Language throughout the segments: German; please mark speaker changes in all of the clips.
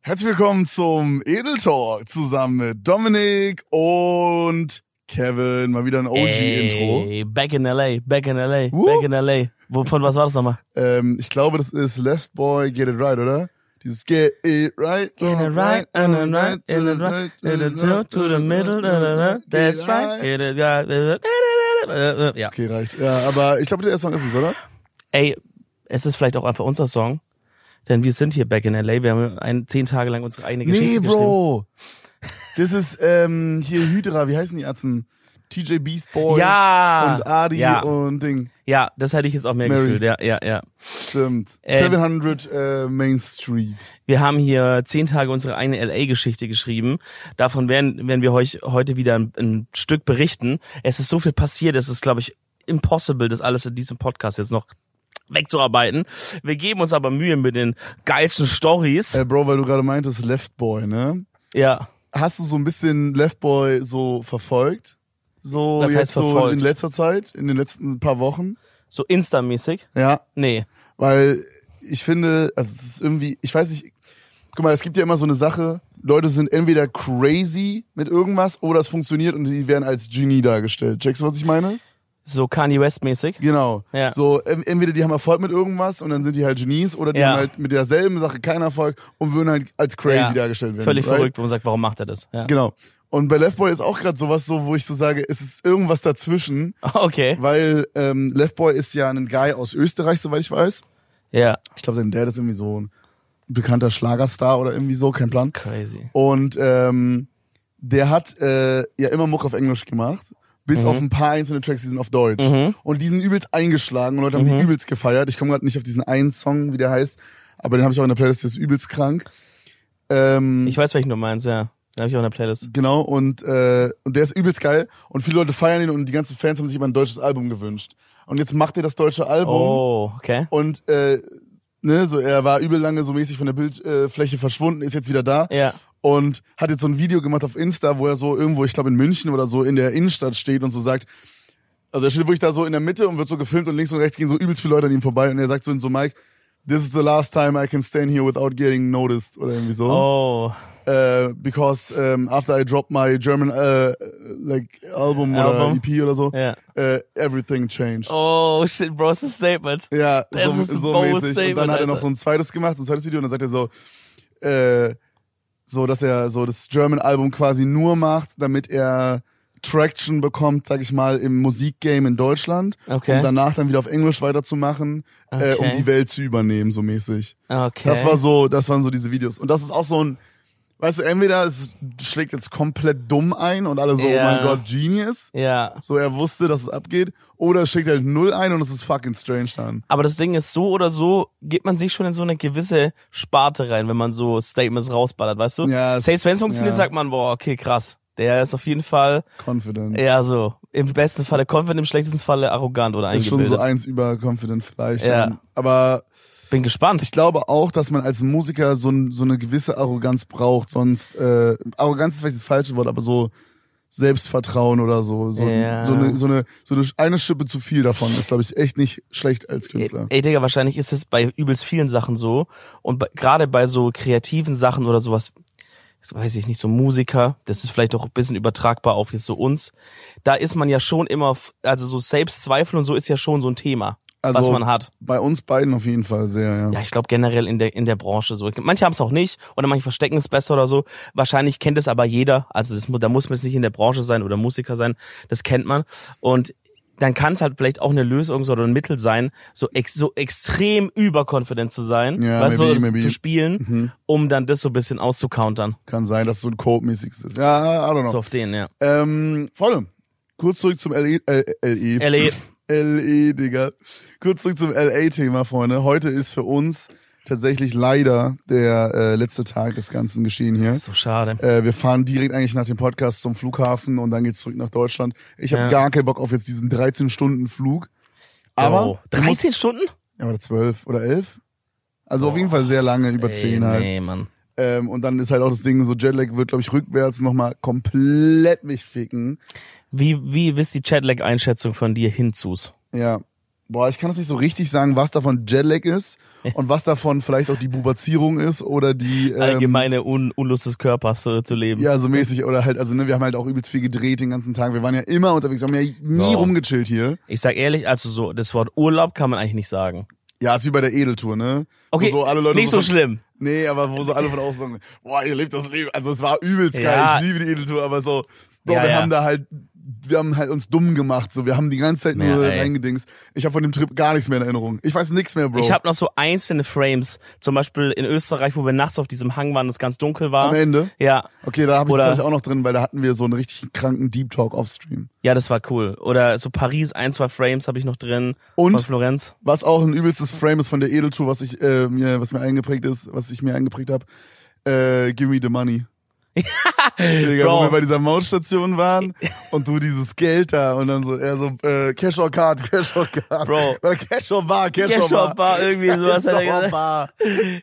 Speaker 1: Herzlich willkommen zum Edel Talk zusammen mit Dominik und Kevin. Mal wieder ein OG-Intro.
Speaker 2: Ey, Back in LA, back in LA,
Speaker 1: Woo.
Speaker 2: back in LA. Wovon was war das nochmal?
Speaker 1: Ähm, ich glaube, das ist Left Boy Get It Right, oder? Dieses Get It Right.
Speaker 2: In the right, in the right, in the right, in the two, to the middle, da, da, da, that's right. in the right, da, da, da, da, da. Ja.
Speaker 1: Okay, reicht. Ja, aber ich glaube, der erste Song ist es, oder?
Speaker 2: Ey, es ist vielleicht auch einfach unser Song, denn wir sind hier back in LA. Wir haben ein, zehn Tage lang unsere eigene Geschichte
Speaker 1: Das ist ähm, hier Hydra, wie heißen die Ärzten? TJ Beast Boy
Speaker 2: geschrieben. Ja,
Speaker 1: und Adi
Speaker 2: ja,
Speaker 1: und Ding.
Speaker 2: ja, das hätte ich jetzt auch mehr
Speaker 1: Mary.
Speaker 2: gefühlt. Ja, ja, ja.
Speaker 1: Stimmt.
Speaker 2: Äh,
Speaker 1: 700 äh, Main Street.
Speaker 2: Wir haben hier zehn Tage unsere eigene LA-Geschichte geschrieben. Davon werden, werden wir euch heute wieder ein, ein Stück berichten. Es ist so viel passiert, es ist, glaube ich, impossible, das alles in diesem Podcast jetzt noch wegzuarbeiten. Wir geben uns aber Mühe mit den geilsten Stories.
Speaker 1: Äh, Bro, weil du gerade meintest Left Boy, ne?
Speaker 2: ja,
Speaker 1: Hast du so ein bisschen Left Boy so verfolgt? So
Speaker 2: Was
Speaker 1: jetzt
Speaker 2: heißt
Speaker 1: so
Speaker 2: verfolgt?
Speaker 1: in letzter Zeit, in den letzten paar Wochen?
Speaker 2: so Insta-mäßig.
Speaker 1: Ja,
Speaker 2: Nee.
Speaker 1: weil ich finde, also es ist irgendwie, ich weiß nicht, guck mal, es gibt ja immer so eine Sache, Leute sind entweder crazy mit irgendwas oder es funktioniert und sie werden als Genie dargestellt. Checkst du, was ich meine?
Speaker 2: So Kanye West-mäßig.
Speaker 1: Genau.
Speaker 2: Ja.
Speaker 1: So, en- entweder die haben Erfolg mit irgendwas und dann sind die halt Genies oder die
Speaker 2: Ja.
Speaker 1: haben halt mit derselben Sache keinen Erfolg und würden halt als crazy
Speaker 2: Ja.
Speaker 1: dargestellt werden.
Speaker 2: Völlig
Speaker 1: right?
Speaker 2: verrückt, wo man sagt, warum macht er das? Ja.
Speaker 1: Genau. Und bei Left Boy ist auch gerade sowas so, wo ich so sage, es ist irgendwas dazwischen,
Speaker 2: Okay.
Speaker 1: weil ähm, Left Boy ist ja ein Guy aus Österreich, soweit ich weiß.
Speaker 2: Ja.
Speaker 1: Ich glaube, sein Dad ist irgendwie so ein bekannter Schlagerstar oder irgendwie so, kein Plan.
Speaker 2: Crazy.
Speaker 1: Und ähm, der hat äh, ja immer Muck auf Englisch gemacht, bis
Speaker 2: Mhm.
Speaker 1: auf ein paar einzelne Tracks, die sind auf Deutsch. Und die sind übelst eingeschlagen und Leute haben
Speaker 2: Mhm.
Speaker 1: die übelst gefeiert. Ich komme gerade nicht auf diesen einen Song, wie der heißt, aber den habe ich auch in der Playlist, der ist übelst krank. Ähm,
Speaker 2: Ich weiß, welchen du meinst, ja. Den habe ich auch in der Playlist.
Speaker 1: Genau, und, äh, und der ist übelst geil. Und viele Leute feiern ihn und die ganzen Fans haben sich immer ein deutsches Album gewünscht. Und jetzt macht er das deutsche Album
Speaker 2: Oh, okay.
Speaker 1: und äh, ne, so er war übel lange so mäßig von der Bildfläche äh, Fläche verschwunden, ist jetzt wieder da
Speaker 2: Ja.
Speaker 1: und hat jetzt so ein Video gemacht auf Insta, wo er so irgendwo, ich glaube in München oder so, in der Innenstadt steht und so sagt, also er steht wirklich da so in der Mitte und wird so gefilmt und links und rechts gehen so übelst viele Leute an ihm vorbei und er sagt so in so Mike, this is the last time I can stand here without getting noticed oder irgendwie so
Speaker 2: Oh.
Speaker 1: äh, because ähm, after I drop my German äh, like album,
Speaker 2: Album.
Speaker 1: oder EP oder so,
Speaker 2: Ja.
Speaker 1: äh, everything changed.
Speaker 2: Oh, shit, Bro, das ist ein Statement.
Speaker 1: Ja,
Speaker 2: Das
Speaker 1: so,
Speaker 2: ist ein
Speaker 1: so
Speaker 2: bold
Speaker 1: mäßig. Und dann
Speaker 2: statement,
Speaker 1: hat er noch
Speaker 2: Alter.
Speaker 1: so ein zweites gemacht, so ein zweites Video, und dann sagt er so, äh, so, dass er so das German-Album quasi nur macht, damit er Traction bekommt, sag ich mal, im Musikgame in Deutschland,
Speaker 2: Okay.
Speaker 1: um danach dann wieder auf Englisch weiterzumachen, äh, um
Speaker 2: Okay.
Speaker 1: die Welt zu übernehmen, so mäßig.
Speaker 2: Okay.
Speaker 1: Das war so, das waren so diese Videos. Und das ist auch so ein, weißt du, entweder es schlägt jetzt komplett dumm ein und alle so,
Speaker 2: Ja.
Speaker 1: oh mein Gott, Genius.
Speaker 2: Ja.
Speaker 1: So, er wusste, dass es abgeht. Oder es schlägt halt null ein und es ist fucking strange dann.
Speaker 2: Aber das Ding ist, so oder so geht man sich schon in so eine gewisse Sparte rein, wenn man so Statements rausballert, weißt du?
Speaker 1: Ja, es-
Speaker 2: Selbst wenn es funktioniert,
Speaker 1: ja.
Speaker 2: sagt man, boah, okay, krass. Der ist auf jeden Fall
Speaker 1: Confident.
Speaker 2: eher so, im besten Falle confident, im schlechtesten Falle arrogant oder
Speaker 1: ist schon
Speaker 2: eingebildet.
Speaker 1: so eins über Confident vielleicht. ähm,
Speaker 2: Ja.
Speaker 1: Aber
Speaker 2: Bin gespannt.
Speaker 1: ich glaube auch, dass man als Musiker so, ein, so eine gewisse Arroganz braucht. Sonst, äh, Arroganz ist vielleicht das falsche Wort, aber so Selbstvertrauen oder so. So,
Speaker 2: Ja.
Speaker 1: so, eine, so, eine, so eine, eine Schippe zu viel davon ist, glaube ich, echt nicht schlecht als Künstler.
Speaker 2: Ey, Digga, wahrscheinlich ist es bei übelst vielen Sachen so. Und bei- gerade bei so kreativen Sachen oder sowas, das weiß ich nicht, so Musiker, das ist vielleicht auch ein bisschen übertragbar auf jetzt so uns. Da ist man ja schon immer, f- also so Selbstzweifel und so ist ja schon so ein Thema,
Speaker 1: Also-
Speaker 2: äh, was man hat.
Speaker 1: Bei uns beiden auf jeden Fall sehr, ja.
Speaker 2: Ja, ich glaube generell in der, in der Branche so. Manche haben es auch nicht oder manche verstecken es besser oder so. Wahrscheinlich kennt es aber jeder. Also das, mu- da muss man jetzt nicht in der Branche sein oder Musiker sein. Das kennt man. Und dann kann es halt vielleicht auch eine Lösung so oder ein Mittel sein, so, ex, so extrem überkonfident zu sein,
Speaker 1: Ja,
Speaker 2: weißt
Speaker 1: maybe,
Speaker 2: du,
Speaker 1: maybe. Mhm.
Speaker 2: zu spielen, um dann das so ein bisschen auszucountern.
Speaker 1: Kann sein, dass es so ein Cope-mäßiges ist. Ja, I don't know.
Speaker 2: So auf den, ja.
Speaker 1: Ähm, Freunde, kurz zurück zum LE. Äh, LE.
Speaker 2: LE.
Speaker 1: LE, E, Digga. Kurz zurück zum LA-Thema, Freunde. Heute ist für uns tatsächlich leider der äh, letzte Tag des ganzen Geschehen hier.
Speaker 2: So schade.
Speaker 1: Äh, wir fahren direkt eigentlich nach dem Podcast zum Flughafen und dann geht's zurück nach Deutschland. Ich habe
Speaker 2: Ja.
Speaker 1: gar keinen Bock auf jetzt diesen 13-Stunden-Flug. Aber
Speaker 2: oh,
Speaker 1: du musst-
Speaker 2: 13 Stunden?
Speaker 1: Ja, oder 12 oder 11. Also auf jeden Fall sehr lange, über
Speaker 2: Ey,
Speaker 1: 10 halt.
Speaker 2: Nee, Mann.
Speaker 1: Ähm, und dann ist halt auch das Ding, so Jetlag wird, glaube ich, rückwärts nochmal komplett mich ficken.
Speaker 2: Wie, wie ist die Chatlag-Einschätzung von dir hinzus?
Speaker 1: Ja. boah, ich kann es nicht so richtig sagen, was davon Jetlag ist und was davon vielleicht auch die Bubazierung ist oder die ähm,
Speaker 2: Allgemeine Un Unlust des Körpers äh, zu leben.
Speaker 1: Ja, so mäßig oder halt, also ne, wir haben halt auch übelst viel gedreht den ganzen Tag. Wir waren ja immer unterwegs, wir haben ja nie
Speaker 2: Ja.
Speaker 1: rumgechillt hier.
Speaker 2: Ich sag ehrlich, also so das Wort Urlaub kann man eigentlich nicht sagen.
Speaker 1: Ja, ist wie bei der Edeltour, ne?
Speaker 2: Okay,
Speaker 1: wo so alle Leute
Speaker 2: nicht so
Speaker 1: von-
Speaker 2: schlimm.
Speaker 1: Nee, aber wo so alle von außen sagen, boah, ihr lebt das Leben. Also es war übelst geil,
Speaker 2: Ja.
Speaker 1: ich liebe die Edeltour, aber so, boah,
Speaker 2: Ja,
Speaker 1: wir
Speaker 2: ja.
Speaker 1: haben da halt, wir haben halt uns dumm gemacht, so, wir haben die ganze Zeit
Speaker 2: Ja,
Speaker 1: nur
Speaker 2: ey.
Speaker 1: reingedingst. Ich habe von dem Trip gar nichts mehr in Erinnerung. Ich weiß nichts mehr, Bro.
Speaker 2: Ich habe noch so einzelne Frames, zum Beispiel in Österreich, wo wir nachts auf diesem Hang waren, das ganz dunkel war.
Speaker 1: Am Ende.
Speaker 2: Ja,
Speaker 1: Okay, da habe ich
Speaker 2: Oder-
Speaker 1: das hab ich auch noch drin, weil da hatten wir so einen richtig kranken Deep Talk auf Stream.
Speaker 2: ja, das war cool. Oder so Paris, ein, zwei Frames habe ich noch drin.
Speaker 1: Und?
Speaker 2: Von Florenz.
Speaker 1: Was auch ein übelstes Frame ist von der Edeltour, was ich äh, mir, was mir eingeprägt ist, was ich mir eingeprägt habe. Äh, give me the money. Digga,
Speaker 2: Bro.
Speaker 1: wo wir bei dieser Mautstation waren und du dieses Geld da und dann so, er so, äh, Cash or Card, Cash or Card.
Speaker 2: Bro.
Speaker 1: Oder Cash or Bar, Cash,
Speaker 2: Cash or Bar, irgendwie sowas
Speaker 1: Cash
Speaker 2: hat er
Speaker 1: or
Speaker 2: gesagt.
Speaker 1: Bar.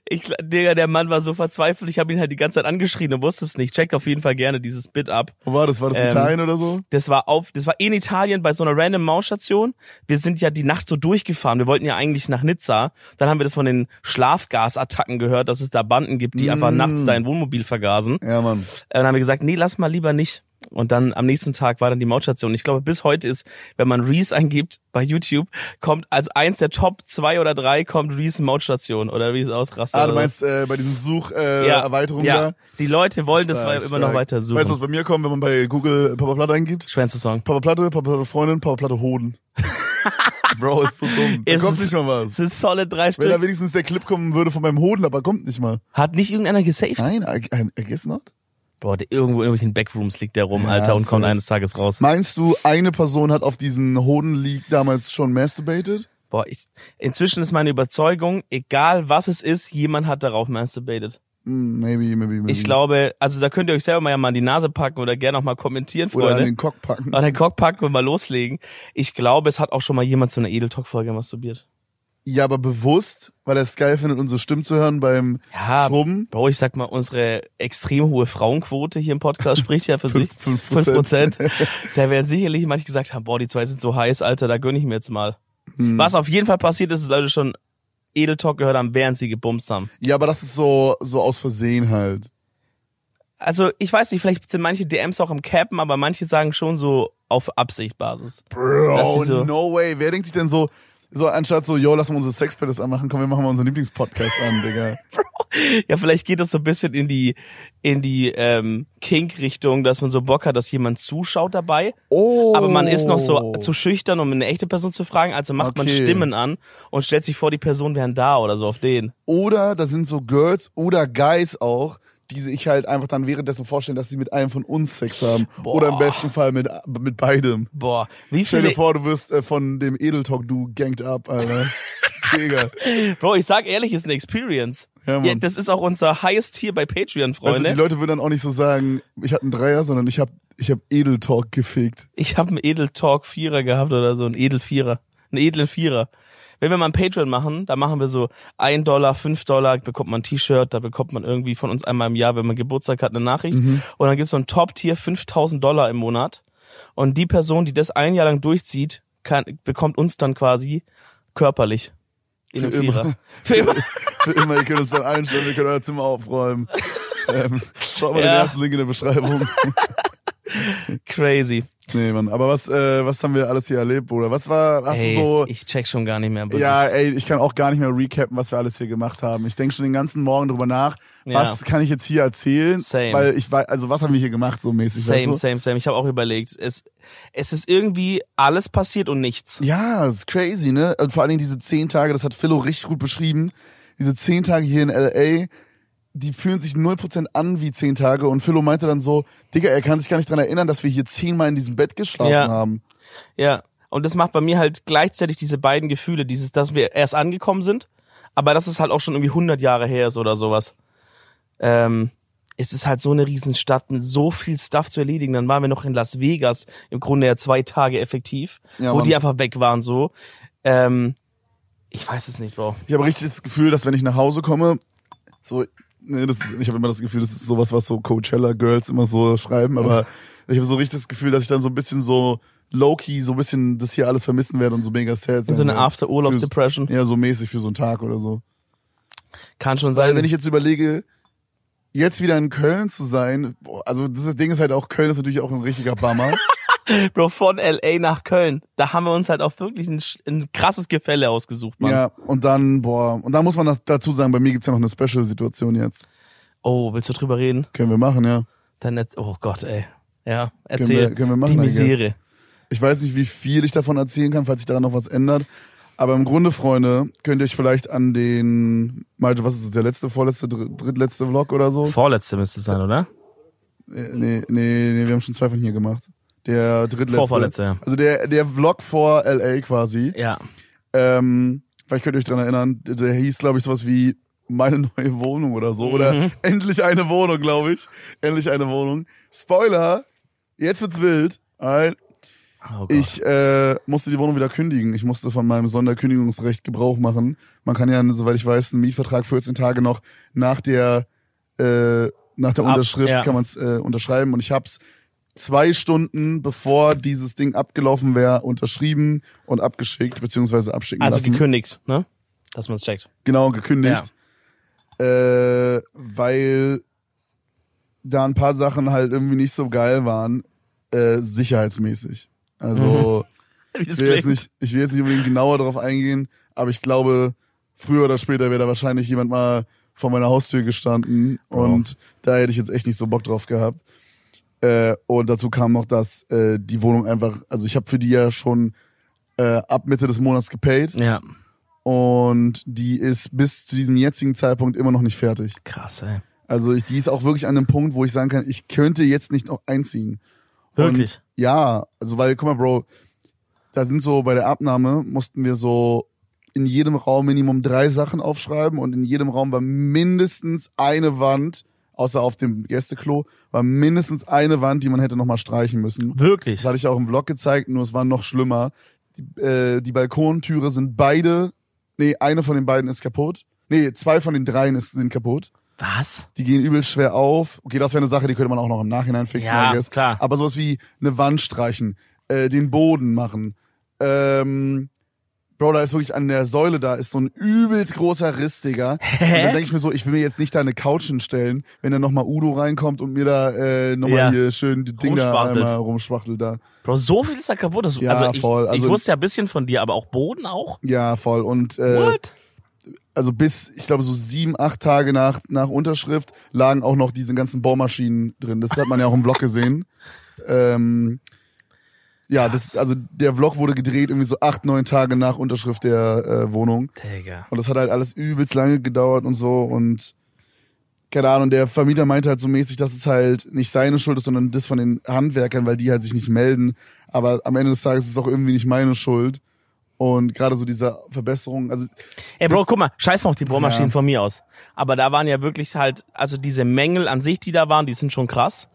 Speaker 2: Ich, Digga, der Mann war so verzweifelt, ich habe ihn halt die ganze Zeit angeschrien und wusste es nicht. Checkt auf jeden Fall gerne dieses Bit ab.
Speaker 1: Wo war das? War das
Speaker 2: Ähm,
Speaker 1: Italien oder so?
Speaker 2: Das war auf, das war in Italien bei so einer random Mausstation. Wir sind ja die Nacht so durchgefahren. Wir wollten ja eigentlich nach Nizza. Dann haben wir das von den Schlafgasattacken gehört, dass es da Banden gibt, die
Speaker 1: Mm.
Speaker 2: einfach nachts dein Wohnmobil vergasen.
Speaker 1: Ja, Mann.
Speaker 2: Und dann haben wir gesagt, nee, lass mal lieber nicht. Und dann am nächsten Tag war dann die Mautstation. Ich glaube, bis heute ist, wenn man Reese eingibt bei YouTube, kommt als eins der Top zwei oder drei kommt Reese Mautstation oder Reese Ausraster.
Speaker 1: Ah, du
Speaker 2: oder
Speaker 1: meinst äh, bei diesem Such äh, Erweiterung
Speaker 2: ja.
Speaker 1: da?
Speaker 2: Die Leute wollen das
Speaker 1: Stark,
Speaker 2: immer noch
Speaker 1: stark.
Speaker 2: weiter suchen.
Speaker 1: Weißt du, was bei mir kommt, wenn man bei Google Papa Platte eingibt?
Speaker 2: Schwänze Song.
Speaker 1: Papa Platte, Papa Platte Freundin, Papa Platte Hoden. Bro, ist so dumm. Da
Speaker 2: Es
Speaker 1: kommt
Speaker 2: ist-
Speaker 1: nicht mal
Speaker 2: Das
Speaker 1: was.
Speaker 2: sind solid drei
Speaker 1: Wenn da
Speaker 2: Stück.
Speaker 1: wenigstens der Clip kommen würde von meinem Hoden, aber kommt nicht mal.
Speaker 2: Hat nicht irgendeiner gesaved?
Speaker 1: Nein, I, I, I guess not.
Speaker 2: Boah, der irgendwo in irgendwelchen Backrooms liegt der rum,
Speaker 1: Ja,
Speaker 2: Alter, und
Speaker 1: so.
Speaker 2: kommt eines Tages raus.
Speaker 1: Meinst du, eine Person hat auf diesen Hoden-Leak damals schon masturbated?
Speaker 2: Boah, ich, inzwischen ist meine Überzeugung, egal was es ist, jemand hat darauf masturbated.
Speaker 1: Hm, Maybe, maybe, maybe.
Speaker 2: Ich glaube, also da könnt ihr euch selber mal ja mal in die Nase packen oder gerne auch mal kommentieren,
Speaker 1: Oder an
Speaker 2: Freunde.
Speaker 1: den Cock packen.
Speaker 2: An den Cock packen und mal loslegen. Ich glaube, es hat auch schon mal jemand zu einer Edeltalk-Folge masturbiert.
Speaker 1: Ja, aber bewusst, weil er es geil findet, unsere Stimmen zu hören beim
Speaker 2: Ja,
Speaker 1: Schrubben.
Speaker 2: Bro, ich sag mal, unsere extrem hohe Frauenquote hier im Podcast spricht ja für sich.
Speaker 1: Fünf- fünf
Speaker 2: 5%. da werden sicherlich manche gesagt haben, boah, die zwei sind so heiß, Alter, da gönn ich mir jetzt mal.
Speaker 1: Hm.
Speaker 2: Was auf jeden Fall passiert ist, ist Leute schon Edeltalk gehört haben, während sie gebumst haben.
Speaker 1: Ja, aber das ist so, so aus Versehen halt.
Speaker 2: Also, ich weiß nicht, vielleicht sind manche DMs auch im Cappen, aber manche sagen schon so auf Absichtbasis. Dass
Speaker 1: Bro,
Speaker 2: sie so-
Speaker 1: no way. Wer denkt sich denn so, so anstatt so, yo, lass mal unsere Sexplaylist anmachen, komm, wir machen mal unseren Lieblingspodcast an, Digga.
Speaker 2: Ja, vielleicht geht das so ein bisschen in die, in die, ähm, Kink-Richtung, dass man so Bock hat, dass jemand zuschaut dabei.
Speaker 1: Oh.
Speaker 2: Aber man ist noch so zu schüchtern, um eine echte Person zu fragen, also macht man
Speaker 1: Okay.
Speaker 2: Stimmen an und stellt sich vor, die Personen wären da oder so auf den.
Speaker 1: Oder da sind so Girls oder Guys auch, die sich halt einfach dann währenddessen vorstellen, dass sie mit einem von uns Sex haben.
Speaker 2: Boah.
Speaker 1: Oder im besten Fall mit, mit beidem.
Speaker 2: Boah, wie
Speaker 1: Stell
Speaker 2: viele,
Speaker 1: dir vor, du wirst äh, von dem Edeltalk, du ganged up, Alter. Digga.
Speaker 2: Bro, ich sag ehrlich, ist eine Experience.
Speaker 1: Ja, Mann.
Speaker 2: Ja, das ist auch unser highest Tier bei Patreon,
Speaker 1: Also
Speaker 2: Freunde.
Speaker 1: die Leute würden dann auch nicht so sagen, ich hatte einen Dreier, sondern ich habe ich hab Edeltalk gefickt.
Speaker 2: ich habe einen Edel Talk Vierer gehabt oder so, einen Edel Vierer, einen edlen Vierer. Wenn wir mal einen Patreon machen, da machen wir so 1 Dollar, 5 Dollar, bekommt man ein T-Shirt, da bekommt man irgendwie von uns einmal im Jahr, wenn man Geburtstag hat, eine Nachricht.
Speaker 1: Mhm.
Speaker 2: Und dann gibt's so ein Top-Tier 5000 Dollar im Monat. Und die Person, die das ein Jahr lang durchzieht, kann, bekommt uns dann quasi körperlich. In
Speaker 1: Für
Speaker 2: einem Vierer.
Speaker 1: immer.
Speaker 2: Für immer.
Speaker 1: Für immer, ihr könnt uns dann einstellen, wir können euer Zimmer aufräumen. Ähm, schaut mal den
Speaker 2: Ja.
Speaker 1: ersten Link in der Beschreibung.
Speaker 2: Crazy.
Speaker 1: Nee, Mann. Aber was, äh, was haben wir alles hier erlebt, Bruder? Was war, hast
Speaker 2: Ey,
Speaker 1: du so...
Speaker 2: ich check schon gar nicht mehr. wirklich.
Speaker 1: Ja, ey, ich kann auch gar nicht mehr recappen, was wir alles hier gemacht haben. Ich denke schon den ganzen Morgen drüber nach,
Speaker 2: Ja.
Speaker 1: was kann ich jetzt hier erzählen?
Speaker 2: Same.
Speaker 1: Weil ich weiß, also was haben wir hier gemacht so mäßig?
Speaker 2: Same,
Speaker 1: weißt du?
Speaker 2: same, same. Ich habe auch überlegt. Es, es ist irgendwie alles passiert und nichts.
Speaker 1: Ja, ist crazy, ne? Und vor allen Dingen diese zehn Tage, das hat Philo richtig gut beschrieben. Diese zehn Tage hier in LA, die fühlen sich 0% an wie zehn Tage. Und Philo meinte dann so, Digga, er kann sich gar nicht dran erinnern, dass wir hier zehnmal in diesem Bett geschlafen
Speaker 2: Ja.
Speaker 1: haben.
Speaker 2: Ja. Und das macht bei mir halt gleichzeitig diese beiden Gefühle, dieses, dass wir erst angekommen sind, aber dass es halt auch schon irgendwie 100 Jahre her ist oder sowas. Ähm, es ist halt so eine Riesenstadt mit so viel Stuff zu erledigen. Dann waren wir noch in Las Vegas, im Grunde ja zwei Tage effektiv,
Speaker 1: Ja,
Speaker 2: wo
Speaker 1: Mann.
Speaker 2: die einfach weg waren so. Ähm, ich weiß es nicht, Bro.
Speaker 1: Ich habe richtig das Gefühl, dass wenn ich nach Hause komme, so, Nee, das ist, ich habe immer das Gefühl, das ist sowas, was so Coachella-Girls immer so schreiben, aber ich habe so richtig das Gefühl, dass ich dann so ein bisschen so low-key, so ein bisschen das hier alles vermissen werde und so mega sad sein
Speaker 2: So eine
Speaker 1: werde. Für-
Speaker 2: After-Urlaubs-Depression.
Speaker 1: Ja, so mäßig für so einen Tag oder so.
Speaker 2: Kann schon
Speaker 1: Weil
Speaker 2: sein.
Speaker 1: wenn ich jetzt überlege, jetzt wieder in Köln zu sein, boah, also das Ding ist halt auch, Köln ist natürlich auch ein richtiger Bummer.
Speaker 2: Bro, von L.A. nach Köln. Da haben wir uns halt auch wirklich ein, sch- ein krasses Gefälle ausgesucht, Mann.
Speaker 1: ja, und dann, boah, und dann muss man noch dazu sagen, bei mir gibt's ja noch eine Special-Situation jetzt.
Speaker 2: Oh, willst du drüber reden?
Speaker 1: Können wir machen, ja.
Speaker 2: Dann, erz- oh Gott, ey. Ja,
Speaker 1: wir-
Speaker 2: erzähl.
Speaker 1: können wir machen,
Speaker 2: Die
Speaker 1: I guess.
Speaker 2: Misere.
Speaker 1: Ich weiß nicht, wie viel ich davon erzählen kann, falls sich daran noch was ändert. Aber im Grunde, Freunde, könnt ihr euch vielleicht an den, mal, was ist das, der letzte, vorletzte, dr- drittletzte Vlog oder so?
Speaker 2: Vorletzte müsste es sein, oder?
Speaker 1: Äh, Nee, nee, nee, wir haben schon zwei von hier gemacht. Der drittletzte.
Speaker 2: Vorvorletzte, ja.
Speaker 1: Also der, der Vlog vor LA quasi.
Speaker 2: Ja.
Speaker 1: Ähm, vielleicht könnt ihr euch dran erinnern, der hieß, glaube ich, sowas wie meine neue Wohnung oder so.
Speaker 2: Mhm.
Speaker 1: Oder endlich eine Wohnung, glaube ich. Endlich eine Wohnung. Spoiler, jetzt wird's wild. Alright.
Speaker 2: Oh Gott.
Speaker 1: Ich äh, musste die Wohnung wieder kündigen. Ich musste von meinem Sonderkündigungsrecht Gebrauch machen. Man kann ja, soweit ich weiß, einen Mietvertrag 14 Tage noch nach der äh, nach der
Speaker 2: Ab-
Speaker 1: Unterschrift
Speaker 2: ja.
Speaker 1: kann man es äh, unterschreiben. Und ich hab's zwei Stunden bevor dieses Ding abgelaufen wäre unterschrieben und abgeschickt beziehungsweise abschicken
Speaker 2: also
Speaker 1: lassen.
Speaker 2: gekündigt, ne? Dass man es checkt.
Speaker 1: genau gekündigt, äh, weil da ein paar Sachen halt irgendwie nicht so geil waren äh, sicherheitsmäßig. Also
Speaker 2: Wie Mhm. das
Speaker 1: ich will, jetzt
Speaker 2: klingt.
Speaker 1: nicht, ich will jetzt nicht unbedingt genauer darauf eingehen, aber ich glaube, früher oder später wäre da wahrscheinlich jemand mal vor meiner Haustür gestanden und da hätte ich jetzt echt nicht so Bock drauf gehabt. Äh, und dazu kam noch, dass äh, die Wohnung einfach, also ich habe für die ja schon äh, ab Mitte des Monats gepaid
Speaker 2: Ja,
Speaker 1: und die ist bis zu diesem jetzigen Zeitpunkt immer noch nicht fertig.
Speaker 2: krass, ey.
Speaker 1: Also ich, die ist auch wirklich an einem Punkt, wo ich sagen kann, ich könnte jetzt nicht noch einziehen.
Speaker 2: Wirklich?
Speaker 1: Und, ja, also weil, guck mal, Bro, da sind so bei der Abnahme mussten wir so in jedem Raum Minimum drei Sachen aufschreiben und in jedem Raum war mindestens eine Wand, außer auf dem Gästeklo, war mindestens eine Wand, die man hätte nochmal streichen müssen.
Speaker 2: Wirklich?
Speaker 1: Das hatte ich auch im Vlog gezeigt, nur es war noch schlimmer. Die, äh, die Balkontüre sind beide, nee, eine von den beiden ist kaputt. Nee, zwei von den dreien ist, sind kaputt.
Speaker 2: Was?
Speaker 1: Die gehen übel schwer auf. Okay, das wäre eine Sache, die könnte man auch noch im Nachhinein fixen,
Speaker 2: Ja,
Speaker 1: I guess.
Speaker 2: klar.
Speaker 1: Aber sowas wie eine Wand streichen, äh, den Boden machen. Ähm, Bro, da ist wirklich an der Säule da ist so ein übelst großer Riss, Digga. Und dann denke ich mir so, ich will mir jetzt nicht da eine Couch hinstellen, wenn dann nochmal Udo reinkommt und mir da äh, nochmal
Speaker 2: Ja.
Speaker 1: hier schön die Dinger
Speaker 2: Rumspachtelt.
Speaker 1: einmal rumspachtelt da.
Speaker 2: Bro, so viel ist da kaputt. Das,
Speaker 1: Ja,
Speaker 2: also ich,
Speaker 1: voll.
Speaker 2: ich
Speaker 1: Also-
Speaker 2: wusste ja ein bisschen von dir, aber auch Boden auch?
Speaker 1: Ja, voll. Und äh,
Speaker 2: What?
Speaker 1: also bis, ich glaube, so sieben, acht Tage nach, nach Unterschrift lagen auch noch diese ganzen Bohrmaschinen drin. Das hat man ja auch im Vlog gesehen. Ähm, ja, das, also der Vlog wurde gedreht irgendwie so acht, neun Tage nach Unterschrift der äh, Wohnung.
Speaker 2: Digga.
Speaker 1: Und das hat halt alles übelst lange gedauert und so und keine Ahnung, der Vermieter meinte halt so mäßig, dass es halt nicht seine Schuld ist, sondern das von den Handwerkern, weil die halt sich nicht melden. Aber am Ende des Tages ist es auch irgendwie nicht meine Schuld. Und gerade so diese Verbesserung, also
Speaker 2: Ey, Bro, guck mal, scheiß mal auf die Bohrmaschinen
Speaker 1: Ja.
Speaker 2: von mir aus. Aber da waren ja wirklich halt, also diese Mängel an sich, die da waren, die sind schon krass.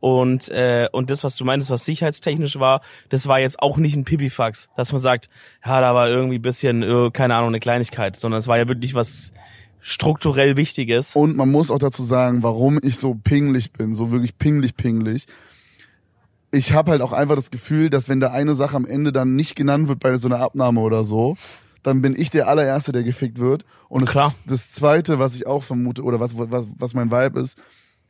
Speaker 2: Und, äh, und das, was du meintest, was sicherheitstechnisch war, das war jetzt auch nicht ein Pipifax, dass man sagt, ja, da war irgendwie ein bisschen, äh, keine Ahnung, eine Kleinigkeit, sondern es war ja wirklich was strukturell Wichtiges.
Speaker 1: Und man muss auch dazu sagen, warum ich so pingelig bin, so wirklich pingelig, pingelig. Ich habe halt auch einfach das Gefühl, dass wenn da eine Sache am Ende dann nicht genannt wird bei so einer Abnahme oder so, dann bin ich der allererste, der gefickt wird. Und das,
Speaker 2: Klar.
Speaker 1: das zweite, was ich auch vermute oder was was, was mein Vibe ist,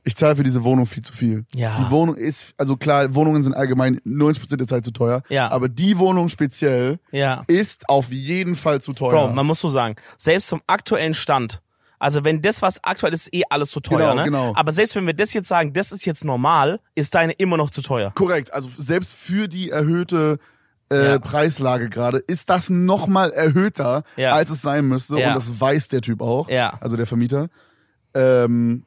Speaker 1: ich zahle für diese Wohnung viel zu viel.
Speaker 2: Ja.
Speaker 1: Die Wohnung ist, also klar, Wohnungen sind allgemein 90% der Zeit zu teuer.
Speaker 2: Ja.
Speaker 1: Aber die Wohnung speziell
Speaker 2: Ja.
Speaker 1: ist auf jeden Fall zu teuer.
Speaker 2: Bro, man muss so sagen, selbst zum aktuellen Stand, also wenn das, was aktuell ist, eh alles zu teuer,
Speaker 1: Genau,
Speaker 2: ne?
Speaker 1: genau.
Speaker 2: Aber selbst wenn wir das jetzt sagen, das ist jetzt normal, ist deine immer noch zu teuer.
Speaker 1: Korrekt, also selbst für die erhöhte äh,
Speaker 2: Ja.
Speaker 1: Preislage gerade ist das nochmal erhöhter,
Speaker 2: Ja.
Speaker 1: als es sein müsste.
Speaker 2: Ja.
Speaker 1: Und das weiß der Typ auch,
Speaker 2: Ja.
Speaker 1: also der Vermieter. Ähm,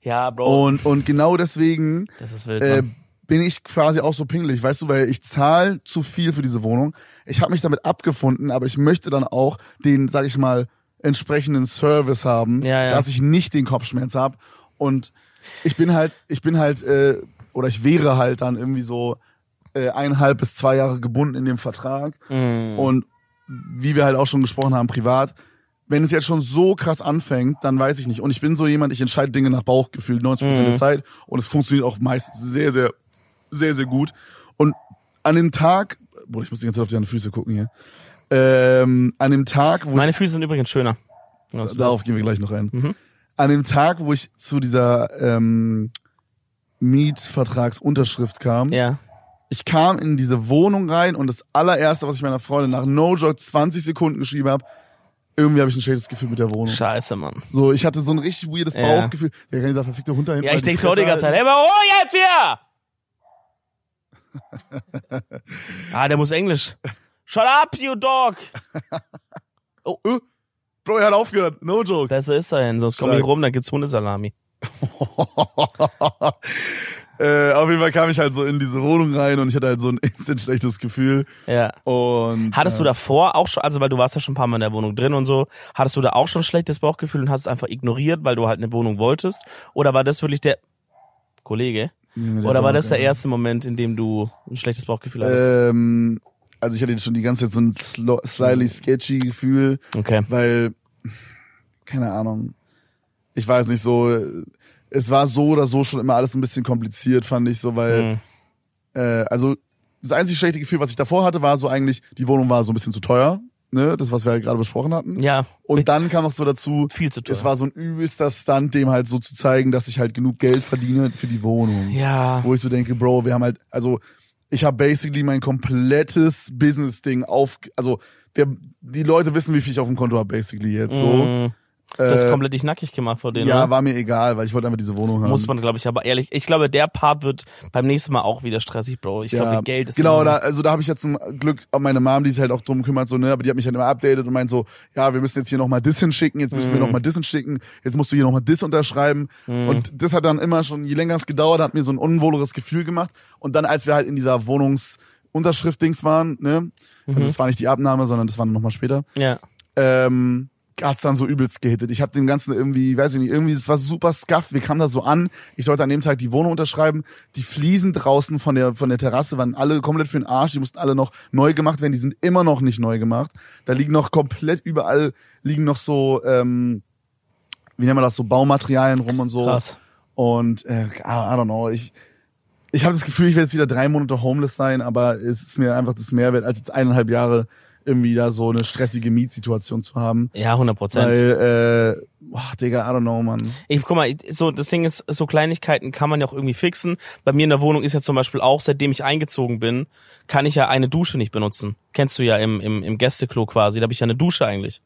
Speaker 2: Ja, Bro,
Speaker 1: und, und genau deswegen
Speaker 2: das ist wild.
Speaker 1: äh,
Speaker 2: Mann.
Speaker 1: bin ich quasi auch so pingelig, weißt du, weil ich zahle zu viel für diese Wohnung. Ich habe mich damit abgefunden, aber ich möchte dann auch den, sag ich mal, entsprechenden Service haben,
Speaker 2: Ja, ja.
Speaker 1: dass ich nicht den Kopfschmerz habe. Und ich bin halt, ich bin halt, äh, oder ich wäre halt dann irgendwie so äh, eineinhalb bis zwei
Speaker 2: Mhm.
Speaker 1: Jahre gebunden in dem Vertrag. Und wie wir halt auch schon gesprochen haben, privat, wenn es jetzt schon so krass anfängt, dann weiß ich nicht. Und ich bin so jemand, ich entscheide Dinge nach Bauchgefühl 90% der Zeit und es funktioniert auch meist sehr, sehr, sehr, sehr gut. Und an dem Tag, boah, ich muss die ganze Zeit auf deine Füße gucken hier. Ähm, an dem Tag, wo
Speaker 2: Meine Füße sind übrigens schöner. Also,
Speaker 1: ich, darauf gehen wir gleich noch rein. An dem Tag, wo ich zu dieser ähm, Mietvertragsunterschrift kam,
Speaker 2: Ja.
Speaker 1: ich kam in diese Wohnung rein und das allererste, was ich meiner Freundin nach No Joke 20 Sekunden geschrieben habe, irgendwie habe ich ein schlechtes Gefühl mit der Wohnung.
Speaker 2: Scheiße, Mann.
Speaker 1: So, ich hatte so ein richtig weirdes
Speaker 2: Ja.
Speaker 1: Bauchgefühl. Der kann dieser verfickte Hund da hinten
Speaker 2: Ja, ich
Speaker 1: mal die
Speaker 2: denke mir auch die
Speaker 1: Fresse
Speaker 2: ganze Zeit,
Speaker 1: halten.
Speaker 2: hey, mal Ruhe jetzt hier! ah, der muss Englisch. Shut up, you dog!
Speaker 1: Bro, er hat aufgehört. No joke.
Speaker 2: Besser ist er denn, sonst komm ich
Speaker 1: Stark.
Speaker 2: rum, dann gibt's Hundesalami.
Speaker 1: äh, auf jeden Fall kam ich halt so in diese Wohnung rein und ich hatte halt so ein instant schlechtes Gefühl.
Speaker 2: Ja.
Speaker 1: Und
Speaker 2: Hattest du davor auch schon, also weil du warst ja schon ein paar Mal in der Wohnung drin und so, hattest du da auch schon ein schlechtes Bauchgefühl und hast es einfach ignoriert, weil du halt eine Wohnung wolltest? Oder war das wirklich der Kollege?
Speaker 1: du,
Speaker 2: Oder war das der erste Moment, in dem du ein schlechtes Bauchgefühl hattest?
Speaker 1: Ähm, also ich hatte schon die ganze Zeit so ein slo-
Speaker 2: Mhm.
Speaker 1: slightly sketchy Gefühl.
Speaker 2: Okay.
Speaker 1: weil, keine Ahnung, ich weiß nicht so, äh, es war so oder so schon immer alles ein bisschen kompliziert, fand ich so, weil,
Speaker 2: Mhm.
Speaker 1: äh, also das einzige schlechte Gefühl, was ich davor hatte, war so eigentlich, die Wohnung war so ein bisschen zu teuer, ne, das, was wir halt gerade besprochen hatten.
Speaker 2: Ja.
Speaker 1: Und dann kam noch so dazu,
Speaker 2: Viel zu teuer.
Speaker 1: es war so ein übelster Stunt, dem halt so zu zeigen, dass ich halt genug Geld verdiene für die Wohnung
Speaker 2: ja.
Speaker 1: wo ich so denke, Bro, wir haben halt, also ich habe basically mein komplettes Business-Ding auf, also der, die Leute wissen, wie viel ich auf dem Konto habe, basically jetzt so.
Speaker 2: Mhm. Das ist
Speaker 1: Äh,
Speaker 2: komplett dich nackig gemacht vor denen.
Speaker 1: ja,
Speaker 2: oder?
Speaker 1: war mir egal, weil ich wollte einfach diese Wohnung haben.
Speaker 2: Muss man, glaube ich, aber ehrlich, ich glaube, der Part wird beim nächsten Mal auch wieder stressig, Bro. Ich
Speaker 1: ja,
Speaker 2: glaube, Geld ist.
Speaker 1: genau,
Speaker 2: immer-
Speaker 1: da, also da habe ich ja zum Glück auch meine Mom, die sich halt auch drum kümmert, so, ne, aber die hat mich halt immer updated und meint so, ja, wir müssen jetzt hier nochmal das hinschicken, jetzt müssen wir
Speaker 2: Mhm.
Speaker 1: nochmal das hinschicken, jetzt musst du hier nochmal das unterschreiben. Und das hat dann immer schon, je länger es gedauert, hat mir so ein unwohleres Gefühl gemacht. Und dann, als wir halt in dieser Wohnungs- Unterschriftdings waren, ne? Also
Speaker 2: Mhm.
Speaker 1: das war nicht die Abnahme, sondern das war nochmal später.
Speaker 2: Ja.
Speaker 1: ähm, hat's dann so übelst gehittet. Ich hab dem Ganzen irgendwie, weiß ich nicht, irgendwie, es war super scuff. Wir kamen da so an. Ich sollte an dem Tag die Wohnung unterschreiben. Die Fliesen draußen von der, von der Terrasse waren alle komplett für den Arsch. Die mussten alle noch neu gemacht werden. Die sind immer noch nicht neu gemacht. Da liegen noch komplett überall, liegen noch so, ähm, wie nennt man das, so Baumaterialien rum und so.
Speaker 2: Krass.
Speaker 1: Und äh, I I don't know, ich, ich habe das Gefühl, ich werde jetzt wieder drei Monate homeless sein, aber es ist mir einfach das Mehrwert, als jetzt eineinhalb Jahre irgendwie da so eine stressige Mietsituation zu haben.
Speaker 2: Ja, 100 Prozent.
Speaker 1: Weil, äh, boah, Digga, I don't know, Mann.
Speaker 2: Ich guck mal, ich- so das Ding ist, so Kleinigkeiten kann man ja auch irgendwie fixen. Bei mir in der Wohnung ist ja zum Beispiel auch, seitdem ich eingezogen bin, kann ich ja eine Dusche nicht benutzen. Kennst du ja im, im, im Gästeklo quasi, da habe ich ja eine Dusche eigentlich.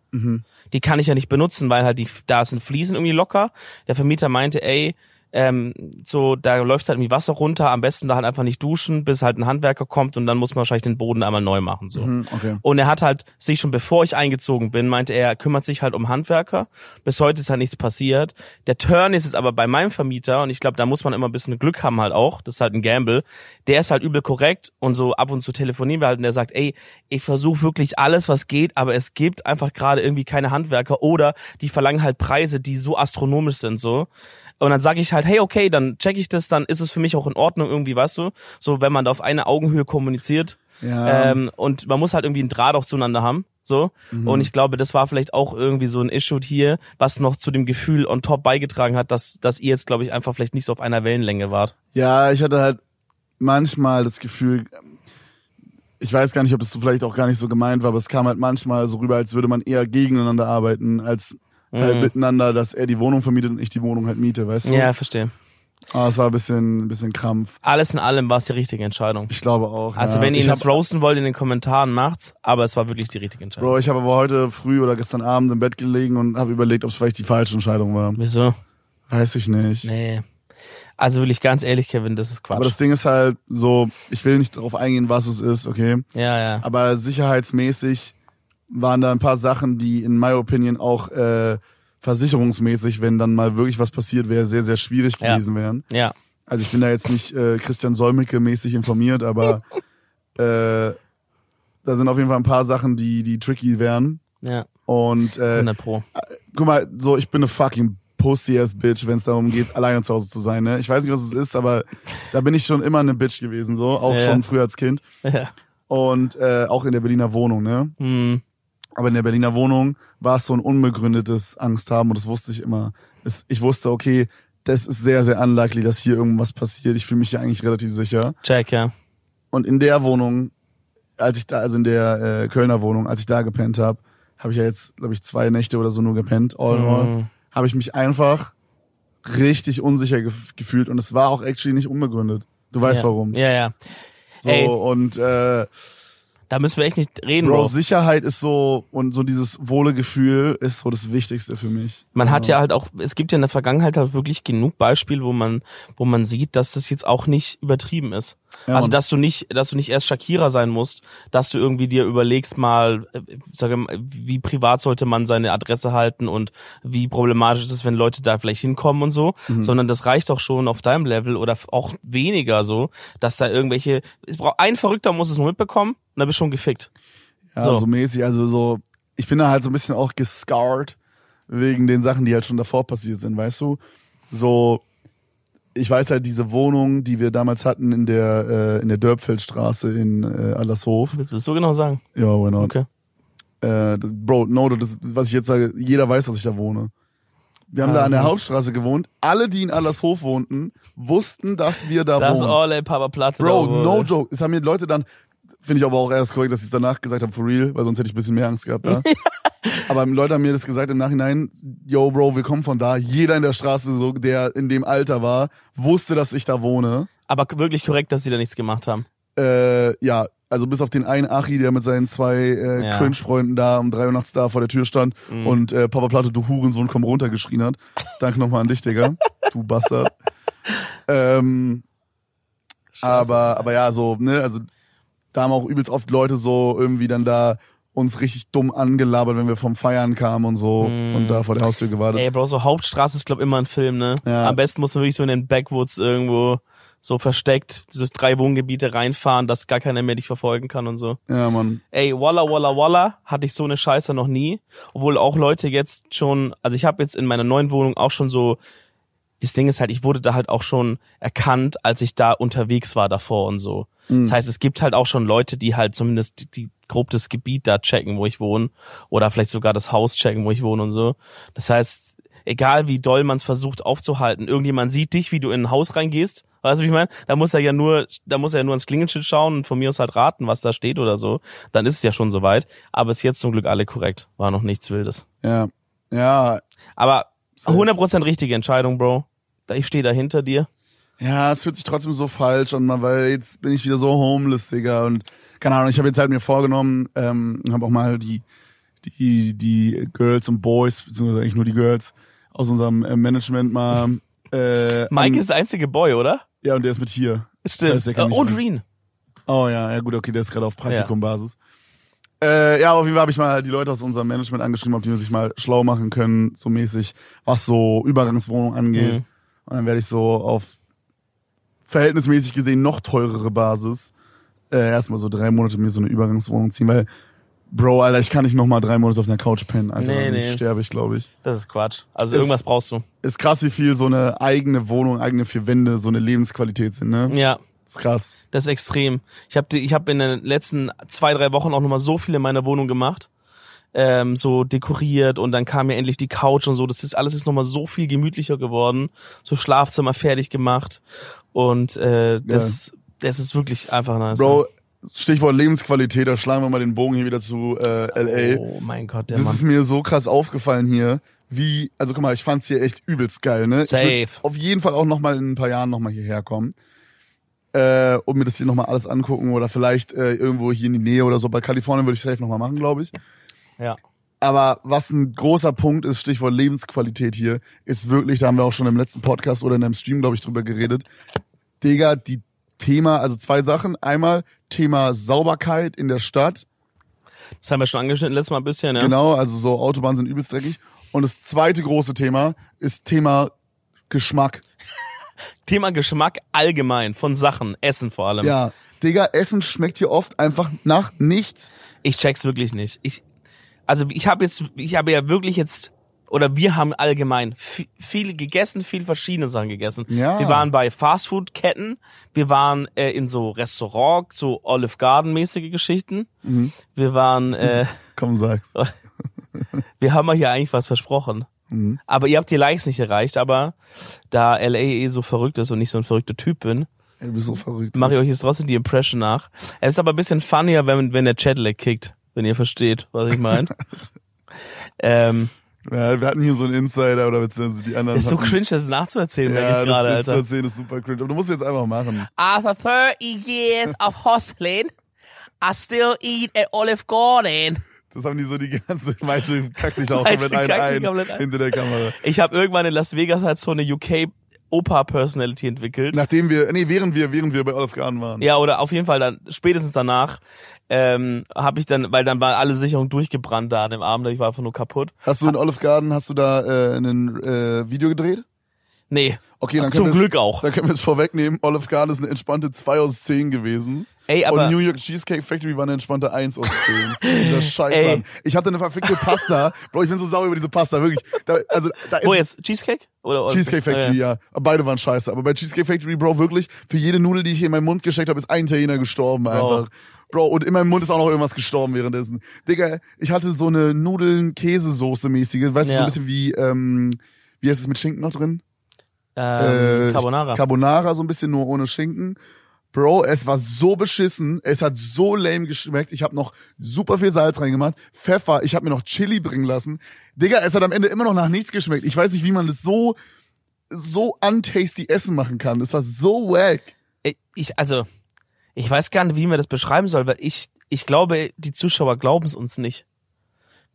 Speaker 2: Die kann ich ja nicht benutzen, weil halt die, da sind Fliesen irgendwie locker. Der Vermieter meinte, ey, ähm, so, da läuft halt irgendwie Wasser runter, am besten da halt einfach nicht duschen, bis halt ein Handwerker kommt und dann muss man wahrscheinlich den Boden einmal neu machen, so.
Speaker 1: Hm, Okay.
Speaker 2: Und er hat halt sich schon bevor ich eingezogen bin, meinte er, er kümmert sich halt um Handwerker. Bis heute ist halt nichts passiert. Der Turn ist jetzt aber bei meinem Vermieter und ich glaube, da muss man immer ein bisschen Glück haben halt auch. Das ist halt ein Gamble. Der ist halt übel korrekt und so ab und zu telefonieren wir halt und der sagt, ey, ich versuche wirklich alles, was geht, aber es gibt einfach gerade irgendwie keine Handwerker oder die verlangen halt Preise, die so astronomisch sind so. Und dann sage ich halt, hey, okay, dann check ich das, dann ist es für mich auch in Ordnung irgendwie, weißt du? So, wenn man da auf eine Augenhöhe kommuniziert.
Speaker 1: Ja.
Speaker 2: Ähm, und man muss halt irgendwie einen Draht auch zueinander haben. So.
Speaker 1: Mhm.
Speaker 2: Und ich glaube, das war vielleicht auch irgendwie so ein Issue hier, was noch zu dem Gefühl on top beigetragen hat, dass, dass ihr jetzt, glaube ich, einfach vielleicht nicht so auf einer Wellenlänge wart.
Speaker 1: Ja, ich hatte halt manchmal das Gefühl, ich weiß gar nicht, ob das so vielleicht auch gar nicht so gemeint war, aber es kam halt manchmal so rüber, als würde man eher gegeneinander arbeiten, als halt miteinander, dass er die Wohnung vermietet und ich die Wohnung halt miete, weißt du?
Speaker 2: Mhm. Ja, verstehe.
Speaker 1: Ah, es war ein bisschen, ein bisschen krampf.
Speaker 2: Alles in allem war es die richtige Entscheidung.
Speaker 1: Ich glaube auch.
Speaker 2: Also
Speaker 1: ja.
Speaker 2: wenn ihr
Speaker 1: ich
Speaker 2: ihn
Speaker 1: hab,
Speaker 2: jetzt roasten wollt in den Kommentaren, macht's. Aber es war wirklich die richtige Entscheidung.
Speaker 1: Bro, ich habe aber heute früh oder gestern Abend im Bett gelegen und habe überlegt, ob es vielleicht die falsche Entscheidung war.
Speaker 2: Wieso?
Speaker 1: Weiß ich nicht.
Speaker 2: Nee. Also will ich ganz ehrlich, Kevin, das ist Quatsch.
Speaker 1: Aber das Ding ist halt so, ich will nicht darauf eingehen, was es ist, okay.
Speaker 2: ja, ja.
Speaker 1: Aber sicherheitsmäßig waren da ein paar Sachen, die in my opinion auch äh, versicherungsmäßig, wenn dann mal wirklich was passiert wäre, sehr, sehr schwierig
Speaker 2: Ja.
Speaker 1: gewesen wären.
Speaker 2: ja.
Speaker 1: Also ich bin da jetzt nicht äh, Christian Solmecke mäßig informiert, aber äh, da sind auf jeden Fall ein paar Sachen, die, die tricky wären.
Speaker 2: Ja.
Speaker 1: Und äh,
Speaker 2: 100 Pro.
Speaker 1: guck mal, so ich bin eine fucking pussy ass Bitch, wenn es darum geht, alleine zu Hause zu sein. Ne? Ich weiß nicht, was es ist, aber da bin ich schon immer eine Bitch gewesen, so auch
Speaker 2: Ja.
Speaker 1: schon früher als Kind
Speaker 2: Ja.
Speaker 1: und äh, auch in der Berliner Wohnung. Ne?
Speaker 2: Hm.
Speaker 1: Aber in der Berliner Wohnung war es so ein unbegründetes Angst haben und das wusste ich immer. Es, ich wusste, okay, das ist sehr, sehr unlikely, dass hier irgendwas passiert. Ich fühle mich hier eigentlich relativ sicher.
Speaker 2: Check, ja.
Speaker 1: Und in der Wohnung, als ich da, also in der äh, Kölner Wohnung, als ich da gepennt habe, habe ich ja jetzt, glaube ich, zwei Nächte oder so nur gepennt, all in all,
Speaker 2: Mhm.
Speaker 1: habe ich mich einfach richtig unsicher gef gefühlt und es war auch actually nicht unbegründet. Du weißt
Speaker 2: ja.
Speaker 1: warum.
Speaker 2: Ja, ja.
Speaker 1: So
Speaker 2: Ey.
Speaker 1: und äh,
Speaker 2: Da müssen wir echt nicht reden,
Speaker 1: Bro,
Speaker 2: Bro.
Speaker 1: Sicherheit ist so und so dieses wohle Gefühl ist so das Wichtigste für mich.
Speaker 2: Man hat ja halt auch, es gibt ja in der Vergangenheit halt wirklich genug Beispiele, wo man, wo man sieht, dass das jetzt auch nicht übertrieben ist.
Speaker 1: Ja,
Speaker 2: also
Speaker 1: Mann.
Speaker 2: dass du nicht, dass du nicht erst Shakira sein musst, dass du irgendwie dir überlegst mal, äh, sage mal, wie privat sollte man seine Adresse halten und wie problematisch ist es, wenn Leute da vielleicht hinkommen und so,
Speaker 1: Mhm.
Speaker 2: sondern das reicht doch schon auf deinem Level oder f- auch weniger so, dass da irgendwelche, es braucht ein Verrückter muss es nur mitbekommen und dann bist du schon gefickt.
Speaker 1: ja, so.
Speaker 2: so.
Speaker 1: mäßig, also so ich bin da halt so ein bisschen auch gescarred wegen den Sachen, die halt schon davor passiert sind, weißt du? So ich weiß halt diese Wohnung, die wir damals hatten in der äh, in der Dörpfeldstraße in äh, Allershof.
Speaker 2: Willst du das so genau sagen?
Speaker 1: Ja, why not?
Speaker 2: Okay.
Speaker 1: Äh, das- Bro, no, das, was ich jetzt sage, jeder weiß, dass ich da wohne. Wir haben da
Speaker 2: Ah,
Speaker 1: an der
Speaker 2: okay.
Speaker 1: Hauptstraße gewohnt. Alle, die in Allershof wohnten, wussten, dass wir da
Speaker 2: Das
Speaker 1: wohnen.
Speaker 2: Orle Papa Platte. da,
Speaker 1: Bro,
Speaker 2: wo-
Speaker 1: no joke. Es haben mir Leute dann, finde ich aber auch erst korrekt, dass sie es danach gesagt haben, for real, weil sonst hätte ich ein bisschen mehr Angst gehabt. Ja? aber Leute haben mir das gesagt im Nachhinein, yo, Bro, wir kommen von da. Jeder in der Straße, so, der in dem Alter war, wusste, dass ich da wohne.
Speaker 2: Aber wirklich korrekt, dass sie da nichts gemacht haben.
Speaker 1: Äh, ja, also bis auf den einen Achi, der mit seinen zwei äh,
Speaker 2: Ja.
Speaker 1: Cringe-Freunden da um drei Uhr nachts da vor der Tür stand und äh, Papa Platte, du Hurensohn, komm runter geschrien hat. Danke nochmal an dich, Digga. du Bastard. Ähm,
Speaker 2: Scheiße.
Speaker 1: aber, aber ja, so, ne, also da haben auch übelst oft Leute so irgendwie dann da uns richtig dumm angelabert, wenn wir vom Feiern kamen und so
Speaker 2: Mm.
Speaker 1: und da vor der Haustür gewartet.
Speaker 2: Ey, Bro, so Hauptstraße ist, glaub immer ein Film, ne?
Speaker 1: Ja.
Speaker 2: Am besten muss man wirklich so in den Backwoods irgendwo so versteckt, diese drei Wohngebiete reinfahren, dass gar keiner mehr dich verfolgen kann und so.
Speaker 1: Ja, Mann.
Speaker 2: Ey, Walla Walla Walla hatte ich so eine Scheiße noch nie. Obwohl auch Leute jetzt schon, also ich habe jetzt in meiner neuen Wohnung auch schon so, das Ding ist halt, ich wurde da halt auch schon erkannt, als ich da unterwegs war davor und so.
Speaker 1: Mhm.
Speaker 2: Das heißt, es gibt halt auch schon Leute, die halt zumindest die, die grob das Gebiet da checken, wo ich wohne. Oder vielleicht sogar das Haus checken, wo ich wohne und so. Das heißt, egal wie doll man es versucht aufzuhalten, irgendjemand sieht dich, wie du in ein Haus reingehst. Weißt du, wie ich meine? Da muss er ja nur, da muss er ja nur ins Klingenschild schauen und von mir aus halt raten, was da steht oder so. Dann ist es ja schon soweit. Aber ist jetzt zum Glück alle korrekt. War noch nichts Wildes.
Speaker 1: Ja. Ja.
Speaker 2: Aber
Speaker 1: Safe.
Speaker 2: 100% richtige Entscheidung, Bro. Da- Ich stehe da hinter dir.
Speaker 1: Ja, es fühlt sich trotzdem so falsch an, Mann, weil jetzt bin ich wieder so homeless, Digga. Und keine Ahnung, ich habe jetzt halt mir vorgenommen, ähm, habe auch mal die, die, die Girls und Boys, beziehungsweise eigentlich nur die Girls aus unserem äh, Management mal. Äh,
Speaker 2: Mike
Speaker 1: an-
Speaker 2: ist der einzige Boy, oder?
Speaker 1: Ja, und der ist mit hier.
Speaker 2: Stimmt.
Speaker 1: heißt, der kann
Speaker 2: Äh,
Speaker 1: nicht
Speaker 2: und
Speaker 1: rein.
Speaker 2: Reen.
Speaker 1: Oh ja, ja gut, okay, der ist gerade auf Praktikumbasis. Äh, ja, auf jeden Fall habe ich mal die Leute aus unserem Management angeschrieben, ob die sich mal schlau machen können, so mäßig, was so Übergangswohnung angeht.
Speaker 2: Mhm.
Speaker 1: Und dann werde ich so auf verhältnismäßig gesehen noch teurere Basis äh, erstmal so drei Monate mir so eine Übergangswohnung ziehen, weil, Bro, Alter, ich kann nicht nochmal drei Monate auf einer Couch pennen, Alter.
Speaker 2: Nee,
Speaker 1: dann
Speaker 2: nee.
Speaker 1: sterbe ich, glaube ich.
Speaker 2: Das ist Quatsch. Also
Speaker 1: Ist-
Speaker 2: irgendwas brauchst du.
Speaker 1: Ist krass, wie viel so eine eigene Wohnung, eigene vier Wände, so eine Lebensqualität sind, ne?
Speaker 2: Ja,
Speaker 1: Ist krass.
Speaker 2: das ist extrem. Ich habe ich hab in den letzten zwei, drei Wochen auch nochmal so viel in meiner Wohnung gemacht. Ähm, so dekoriert und dann kam mir endlich die Couch und so. Das ist alles ist nochmal so viel gemütlicher geworden. So Schlafzimmer fertig gemacht. Und äh, das, das ist halt wirklich einfach nice.
Speaker 1: Bro, Stichwort Lebensqualität, da schlagen wir mal den Bogen hier wieder zu äh, LA.
Speaker 2: oh mein Gott, der
Speaker 1: das ist
Speaker 2: Mann.
Speaker 1: mir so krass aufgefallen hier, wie, also guck mal, ich fand's hier echt übelst geil, ne? Ich
Speaker 2: Safe.
Speaker 1: würd auf jeden Fall auch nochmal in ein paar Jahren nochmal hierher kommen. Äh, und mir das hier nochmal alles angucken oder vielleicht äh, irgendwo hier in die Nähe oder so. Bei Kalifornien würde ich safe nochmal machen, glaube ich.
Speaker 2: Ja.
Speaker 1: Aber was ein großer Punkt ist, Stichwort Lebensqualität hier, ist wirklich, da haben wir auch schon im letzten Podcast oder in einem Stream, glaube ich, drüber geredet. Digga, die Thema, also zwei Sachen. Einmal Thema Sauberkeit in der Stadt.
Speaker 2: Das haben wir schon angeschnitten letztes Mal ein bisschen, ja.
Speaker 1: Genau, also so Autobahnen sind übelst dreckig. Und das zweite große Thema ist Thema Geschmack.
Speaker 2: Thema Geschmack allgemein, von Sachen, Essen vor allem.
Speaker 1: Ja. Digga, Essen schmeckt hier oft einfach nach nichts.
Speaker 2: Ich check's wirklich nicht. Ich also ich habe jetzt ich habe ja wirklich jetzt oder wir haben allgemein vi- viel gegessen, viel verschiedene Sachen gegessen.
Speaker 1: Ja.
Speaker 2: Wir waren bei Fastfood-Ketten, wir waren äh, in so Restaurants, so Olive Garden-mäßige Geschichten. Wir waren, äh,
Speaker 1: Komm, sag's.
Speaker 2: wir haben euch ja eigentlich was versprochen. Aber ihr habt die Likes nicht erreicht, aber da LA eh so verrückt ist und ich so ein verrückter Typ bin,
Speaker 1: Ey, du bist so verrückt.
Speaker 2: mache ich euch jetzt trotzdem die Impression nach. Es ist aber ein bisschen funnier, wenn, wenn der Chat lag kickt, wenn ihr versteht, was ich meine. ähm,
Speaker 1: Ja, wir hatten hier so einen Insider oder beziehungsweise die anderen.
Speaker 2: das ist so
Speaker 1: hatten-
Speaker 2: cringe, das nachzuerzählen, merke
Speaker 1: Ja,
Speaker 2: ich gerade,
Speaker 1: das jetzt zu
Speaker 2: Alter.
Speaker 1: erzählen ist super cringe. Aber du musst jetzt einfach machen.
Speaker 2: After 30 years of hustling, I still eat at Olive Garden.
Speaker 1: Das haben die so die ganze Meische kackt sich auch
Speaker 2: Meische
Speaker 1: komplett ein,
Speaker 2: kackt sich
Speaker 1: ein,
Speaker 2: komplett ein.
Speaker 1: hinter der Kamera.
Speaker 2: Ich habe irgendwann in Las Vegas halt so eine UK Opa Personality entwickelt.
Speaker 1: Nachdem wir, nee, während wir, während wir bei Olaf Garden waren.
Speaker 2: Ja, oder auf jeden Fall dann spätestens danach ähm, habe ich dann, weil dann waren alle Sicherungen durchgebrannt da an dem Abend, ich war einfach nur kaputt.
Speaker 1: Hast du in Olive Garden, hast du da äh, ein äh, Video gedreht?
Speaker 2: Nee,
Speaker 1: Okay, dann
Speaker 2: zum
Speaker 1: können wir
Speaker 2: Glück auch.
Speaker 1: Dann können wir es vorwegnehmen. Olive Garden ist eine entspannte 2 aus 10 gewesen.
Speaker 2: Ey, aber
Speaker 1: und New York Cheesecake Factory war eine entspannte 1 aus 10. Dieser
Speaker 2: Ey.
Speaker 1: Scheißladen. Ich hatte eine verfickte Pasta. Bro, ich bin so sauer über diese Pasta, wirklich. Da, also, da ist
Speaker 2: wo Oh, jetzt Cheesecake oder oder-
Speaker 1: Cheesecake Factory,
Speaker 2: Ja.
Speaker 1: ja. Beide waren scheiße. Aber bei Cheesecake Factory, Bro, wirklich, für jede Nudel, die ich in meinen Mund gesteckt habe, ist ein Italiener gestorben einfach. Bro, und in meinem Mund ist auch noch irgendwas gestorben währenddessen. Digga, ich hatte so eine Nudeln-Käsesoße-mäßige, weißt du, so
Speaker 2: Ja.
Speaker 1: ein bisschen wie, ähm, wie heißt es mit Schinken noch drin?
Speaker 2: Ähm,
Speaker 1: Äh,
Speaker 2: Carbonara.
Speaker 1: Carbonara so ein bisschen, nur ohne Schinken. Bro, es war so beschissen, es hat so lame geschmeckt. Ich habe noch super viel Salz reingemacht, Pfeffer, ich habe mir noch Chili bringen lassen. Digga, es hat am Ende immer noch nach nichts geschmeckt. Ich weiß nicht, wie man das so so untasty Essen machen kann. Es war so wack.
Speaker 2: Ey, ich, also, ich weiß gar nicht, wie man das beschreiben soll, weil ich, ich glaube, die Zuschauer glauben es uns nicht.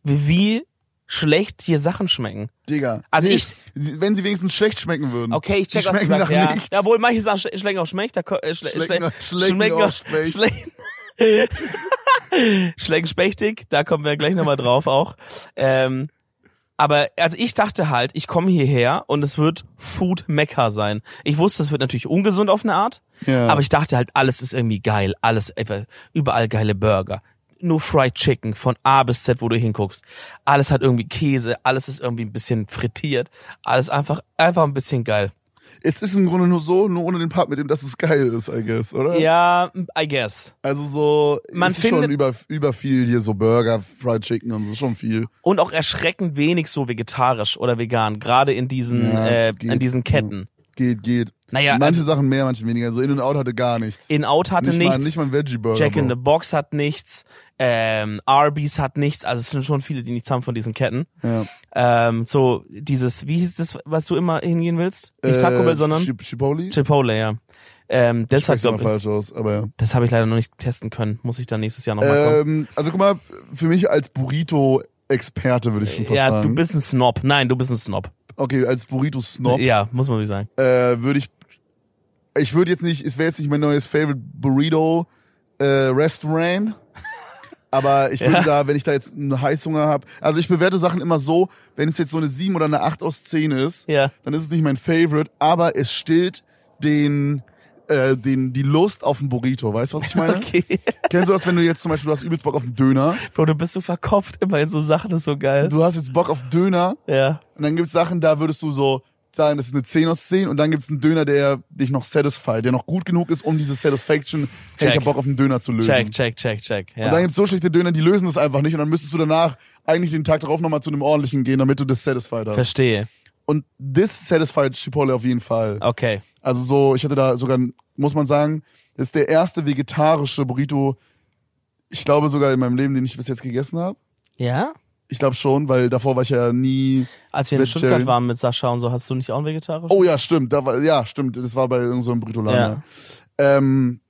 Speaker 2: Wie, wie schlecht hier Sachen schmecken.
Speaker 1: Digga.
Speaker 2: Also
Speaker 1: Nee,
Speaker 2: ich-
Speaker 1: sie- wenn sie wenigstens schlecht schmecken würden.
Speaker 2: Okay, ich check,
Speaker 1: Die
Speaker 2: was du
Speaker 1: schmecken
Speaker 2: sagst.
Speaker 1: nach
Speaker 2: Ja.
Speaker 1: nichts.
Speaker 2: Jawohl, manche Sachen schle- schlecken auch schmeckt. Da, ko- äh, schle
Speaker 1: Schlecken-
Speaker 2: schle-
Speaker 1: schlecken auch Specht.
Speaker 2: schlecken- schlecken spechtig. Da kommen wir gleich nochmal drauf auch. Ähm, aber also ich dachte halt, ich komme hierher und es wird Food Mecca sein. Ich wusste, es wird natürlich ungesund auf eine Art,
Speaker 1: Ja.
Speaker 2: aber ich dachte halt, alles ist irgendwie geil, alles einfach- überall geile Burger. Nur Fried Chicken von A bis Z, wo du hinguckst. Alles hat irgendwie Käse, alles ist irgendwie ein bisschen frittiert, alles einfach einfach ein bisschen geil.
Speaker 1: Es ist im Grunde nur so, nur ohne den Part mit dem, dass es geil ist, I guess, oder?
Speaker 2: Ja, I guess.
Speaker 1: Also so,
Speaker 2: Man
Speaker 1: es ist schon
Speaker 2: findet-
Speaker 1: über, über viel hier so Burger, Fried Chicken und so, schon viel.
Speaker 2: Und auch erschreckend wenig so vegetarisch oder vegan, gerade in diesen
Speaker 1: Ja,
Speaker 2: äh, in
Speaker 1: geht.
Speaker 2: diesen Ketten.
Speaker 1: Geht, geht.
Speaker 2: Naja, also
Speaker 1: manche Sachen mehr, manche weniger. So In and Out hatte gar nichts.
Speaker 2: In Out hatte
Speaker 1: nicht
Speaker 2: nichts,
Speaker 1: Mal, nicht mal ein Veggie Burger.
Speaker 2: Jack in the Box hat nichts, ähm, Arby's hat nichts, also es sind schon viele, die nichts haben von diesen Ketten.
Speaker 1: ja.
Speaker 2: Ähm, so dieses, wie hieß das, was du immer hingehen willst? Nicht Taco Bell, sondern
Speaker 1: Äh, Chip Chipotle?
Speaker 2: Chipotle, ja. Ähm, das hat,
Speaker 1: Sprich's mal
Speaker 2: glaub,
Speaker 1: falsch aus, aber ja.
Speaker 2: das habe ich leider noch nicht testen können. Muss ich dann nächstes Jahr nochmal kommen.
Speaker 1: Ähm, also guck mal, für mich als Burrito-Experte würde ich Äh, schon fast
Speaker 2: Ja,
Speaker 1: sagen.
Speaker 2: du bist ein Snob. Nein, du bist ein Snob.
Speaker 1: okay, als Burrito-Snob
Speaker 2: Ja, muss man wie sagen.
Speaker 1: äh, würde ich, ich würde jetzt nicht, es wäre jetzt nicht mein neues Favorite Burrito äh, Restaurant, aber ich würde
Speaker 2: Ja.
Speaker 1: da, wenn ich da jetzt einen Heißhunger habe, also ich bewerte Sachen immer so, wenn es jetzt so eine 7 oder eine 8 aus 10 ist,
Speaker 2: Ja.
Speaker 1: dann ist es nicht mein Favorite, aber es stillt den, äh, den, die Lust auf einen Burrito, weißt du, was ich meine?
Speaker 2: Okay.
Speaker 1: Kennst du das, wenn du jetzt zum Beispiel, du hast übelst Bock auf einen Döner,
Speaker 2: Bro, du bist so verkopft immer in so Sachen, das ist so geil.
Speaker 1: du hast jetzt Bock auf Döner
Speaker 2: ja.
Speaker 1: Und dann gibt's Sachen, da würdest du so sagen, das ist eine 10 aus 10 und dann gibt's einen Döner, der dich noch satisfied, der noch gut genug ist, um diese Satisfaction, hey, ich
Speaker 2: Check.
Speaker 1: hab Bock auf einen Döner zu lösen.
Speaker 2: Check, check, check, check. Ja.
Speaker 1: Und dann gibt's so schlechte Döner, die lösen das einfach nicht und dann müsstest du danach eigentlich den Tag darauf nochmal zu einem ordentlichen gehen, damit du das satisfied hast.
Speaker 2: Verstehe.
Speaker 1: Und this satisfied Chipotle auf jeden Fall.
Speaker 2: Okay.
Speaker 1: Also so, ich hatte da sogar, muss man sagen, das ist der erste vegetarische Burrito, ich glaube sogar in meinem Leben, den ich bis jetzt gegessen habe.
Speaker 2: Ja?
Speaker 1: Ich glaube schon, weil davor war ich ja nie
Speaker 2: Als wir in
Speaker 1: Vegetarian.
Speaker 2: Stuttgart waren mit Sascha und so, hast du nicht auch einen vegetarischen?
Speaker 1: Oh ja, stimmt. Da war, ja, stimmt. Das war bei irgendeinem so einem Britoladen.
Speaker 2: Ja.
Speaker 1: Ja. Ähm,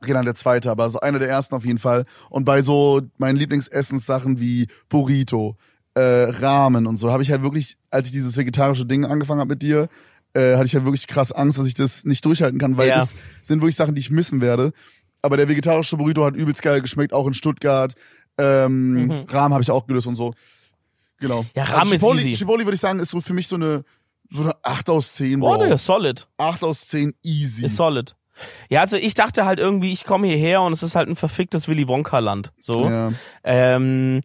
Speaker 1: genau, der zweite, aber so einer der ersten auf jeden Fall. Und bei so meinen Lieblingsessenssachen wie Burrito, äh, Ramen und so, habe ich halt wirklich, als ich dieses vegetarische Ding angefangen habe mit dir, äh, hatte ich halt wirklich krass Angst, dass ich das nicht durchhalten kann, weil
Speaker 2: Ja.
Speaker 1: das sind wirklich Sachen, die ich missen werde. Aber der vegetarische Burrito hat übelst geil geschmeckt, auch in Stuttgart. Ähm, Rahmen habe ich auch gelöst und so. Genau.
Speaker 2: Mhm. Ja, Ramen ist
Speaker 1: Chipotle,
Speaker 2: easy.
Speaker 1: Chipotle würde ich sagen, ist so für mich so eine so eine 8 aus 10,
Speaker 2: Boah,
Speaker 1: Bro.
Speaker 2: Digga, solid.
Speaker 1: 8 aus 10 easy.
Speaker 2: Ist solid. Ja, also ich dachte halt irgendwie, ich komme hierher und es ist halt ein verficktes Willy Wonka-Land. So.
Speaker 1: Ja.
Speaker 2: Ähm,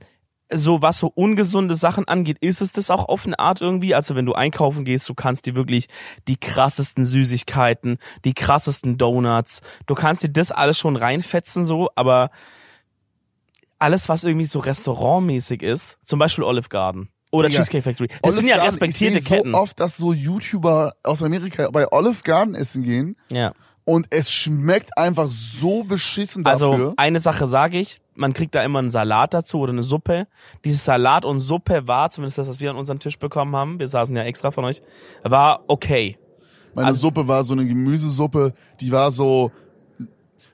Speaker 2: so was so ungesunde Sachen angeht, ist es das auch auf eine Art irgendwie. Also wenn du einkaufen gehst, du kannst dir wirklich die krassesten Süßigkeiten, die krassesten Donuts, du kannst dir das alles schon reinfetzen so, aber alles, was irgendwie so restaurantmäßig ist, zum Beispiel Olive Garden oder
Speaker 1: Digga,
Speaker 2: Cheesecake Factory, das sind ja
Speaker 1: Garden,
Speaker 2: respektierte
Speaker 1: ich seh
Speaker 2: Ketten.
Speaker 1: so oft, dass so YouTuber aus Amerika bei Olive Garden essen gehen
Speaker 2: ja.
Speaker 1: und es schmeckt einfach so beschissen
Speaker 2: Also
Speaker 1: dafür.
Speaker 2: eine Sache sage ich, man kriegt da immer einen Salat dazu oder eine Suppe. Dieses Salat und Suppe war, zumindest das, was wir an unseren Tisch bekommen haben, wir saßen ja extra von euch, war okay.
Speaker 1: Meine
Speaker 2: also-
Speaker 1: Suppe war so eine Gemüsesuppe, die war so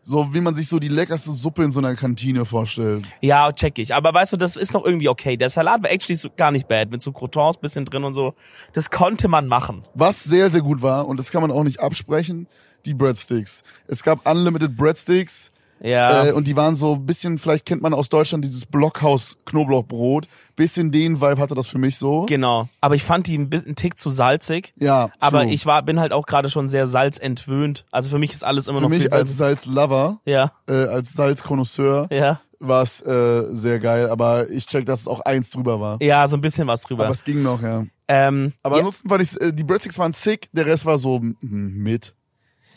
Speaker 1: so wie man sich so die leckerste Suppe in so einer Kantine vorstellt.
Speaker 2: Ja, check ich. Aber weißt du, das ist noch irgendwie okay. Der Salat war actually so gar nicht bad, mit so Croutons bisschen drin und so. Das konnte man machen.
Speaker 1: Was sehr sehr gut war und das kann man auch nicht absprechen, die Breadsticks. Es gab unlimited Breadsticks.
Speaker 2: Ja.
Speaker 1: Äh, und die waren so ein bisschen, vielleicht kennt man aus Deutschland dieses Blockhaus-Knoblauchbrot. Bisschen den Vibe hatte das für mich so.
Speaker 2: Genau, aber ich fand die ein bisschen einen Tick zu salzig,
Speaker 1: ja,
Speaker 2: aber
Speaker 1: true.
Speaker 2: ich war bin halt auch gerade schon sehr salzentwöhnt. Also für mich ist alles immer
Speaker 1: für
Speaker 2: noch viel
Speaker 1: mich als
Speaker 2: salzig.
Speaker 1: Salzlover,
Speaker 2: Ja,
Speaker 1: äh, als Salzkonnoisseur
Speaker 2: ja.
Speaker 1: war es äh, sehr geil, aber ich check, dass es auch eins drüber war.
Speaker 2: Ja, so ein bisschen was drüber.
Speaker 1: Aber es ging noch, ja.
Speaker 2: ähm,
Speaker 1: Aber
Speaker 2: ja,
Speaker 1: ansonsten fand ich, äh, die Breadsticks waren sick, der Rest war so mm, mit.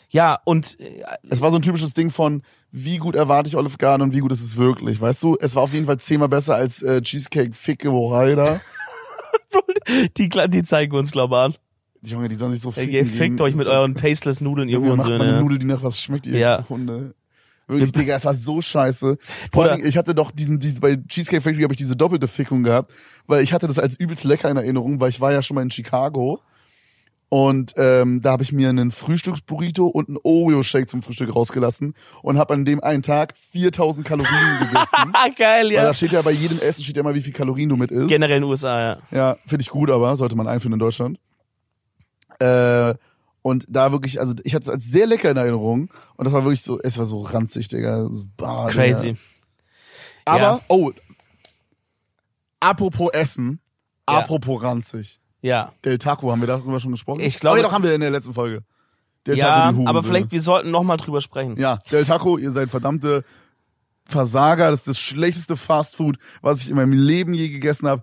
Speaker 2: ja, und äh,
Speaker 1: Es war so ein typisches Ding von, wie gut erwarte ich Olive Garden und wie gut ist es wirklich, weißt du? Es war auf jeden Fall zehnmal besser als äh, Cheesecake Ficke Horaida.
Speaker 2: die, Kle- die zeigen uns, glaube ich, an.
Speaker 1: Die Junge, die sollen sich so
Speaker 2: Ey,
Speaker 1: ficken.
Speaker 2: Ihr
Speaker 1: gegen-
Speaker 2: fickt euch mit
Speaker 1: so-
Speaker 2: euren tasteless Nudeln, ihr
Speaker 1: Junge, macht mal eine
Speaker 2: Hurensöhne.
Speaker 1: Nudel, die nach was schmeckt, ihr
Speaker 2: Ja.
Speaker 1: Hunde. Wirklich, Digga, es war so scheiße. Vor
Speaker 2: Bruder.
Speaker 1: allen Dingen, ich hatte doch diesen, diesen bei Cheesecake Factory habe ich diese doppelte Fickung gehabt, weil ich hatte das als übelst lecker in Erinnerung, weil ich war ja schon mal in Chicago und ähm, da habe ich mir einen Frühstücksburrito und einen Oreo-Shake zum Frühstück rausgelassen und habe an dem einen Tag 4000 Kalorien gegessen.
Speaker 2: Ah,
Speaker 1: Weil
Speaker 2: geil, ja. Genau.
Speaker 1: da steht ja bei jedem Essen steht ja immer, wie viel Kalorien du mit isst.
Speaker 2: Generell in den USA, ja.
Speaker 1: Ja, finde ich gut, aber sollte man einführen in Deutschland. Äh, und da wirklich, also ich hatte es als sehr lecker in Erinnerung und das war wirklich so, es war so ranzig, Digga. So, bah,
Speaker 2: Crazy.
Speaker 1: Digga. Aber,
Speaker 2: Ja.
Speaker 1: oh, apropos Essen,
Speaker 2: Ja.
Speaker 1: apropos ranzig.
Speaker 2: Ja.
Speaker 1: Del Taco, haben wir darüber schon gesprochen?
Speaker 2: Ich glaube-
Speaker 1: Oh, ja, doch haben wir in der letzten Folge. Del
Speaker 2: Ja,
Speaker 1: Taco, die
Speaker 2: aber
Speaker 1: Hurensöhne.
Speaker 2: vielleicht, wir sollten nochmal drüber sprechen.
Speaker 1: Ja, Del Taco, ihr seid verdammte Versager. Das ist das schlechteste Fastfood, was ich in meinem Leben je gegessen habe.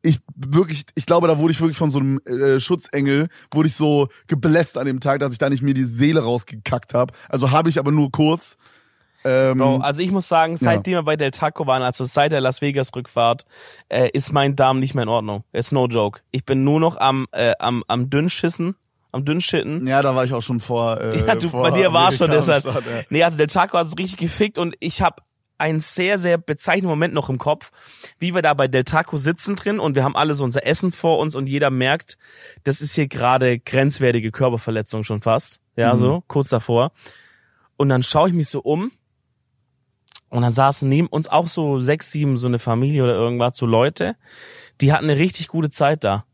Speaker 1: Ich wirklich, ich glaube, da wurde ich wirklich von so einem äh, Schutzengel, wurde ich so gebläst an dem Tag, dass ich da nicht mir die Seele rausgekackt habe. Also habe ich aber nur kurz. Ähm,
Speaker 2: Bro, also ich muss sagen, seitdem wir bei Del Taco waren, also seit der Las Vegas Rückfahrt, äh, ist mein Darm nicht mehr in Ordnung. It's no joke. Ich bin nur noch am äh, am am dünnschissen, am dünnschitten.
Speaker 1: ja, da war ich auch schon vor. Äh,
Speaker 2: Ja, du,
Speaker 1: vor
Speaker 2: bei dir war schon der Start.
Speaker 1: Amerika am Start, ja.
Speaker 2: Nee, also Del Taco hat es richtig gefickt und ich habe einen sehr, sehr bezeichnenden Moment noch im Kopf, wie wir da bei Del Taco sitzen drin und wir haben alle so unser Essen vor uns und jeder merkt, das ist hier gerade grenzwertige Körperverletzung schon fast. Ja,
Speaker 1: Mhm.
Speaker 2: so, kurz davor. Und dann schaue ich mich so um und dann saßen neben uns auch so sechs, sieben, so eine Familie oder irgendwas, so Leute, die hatten eine richtig gute Zeit da.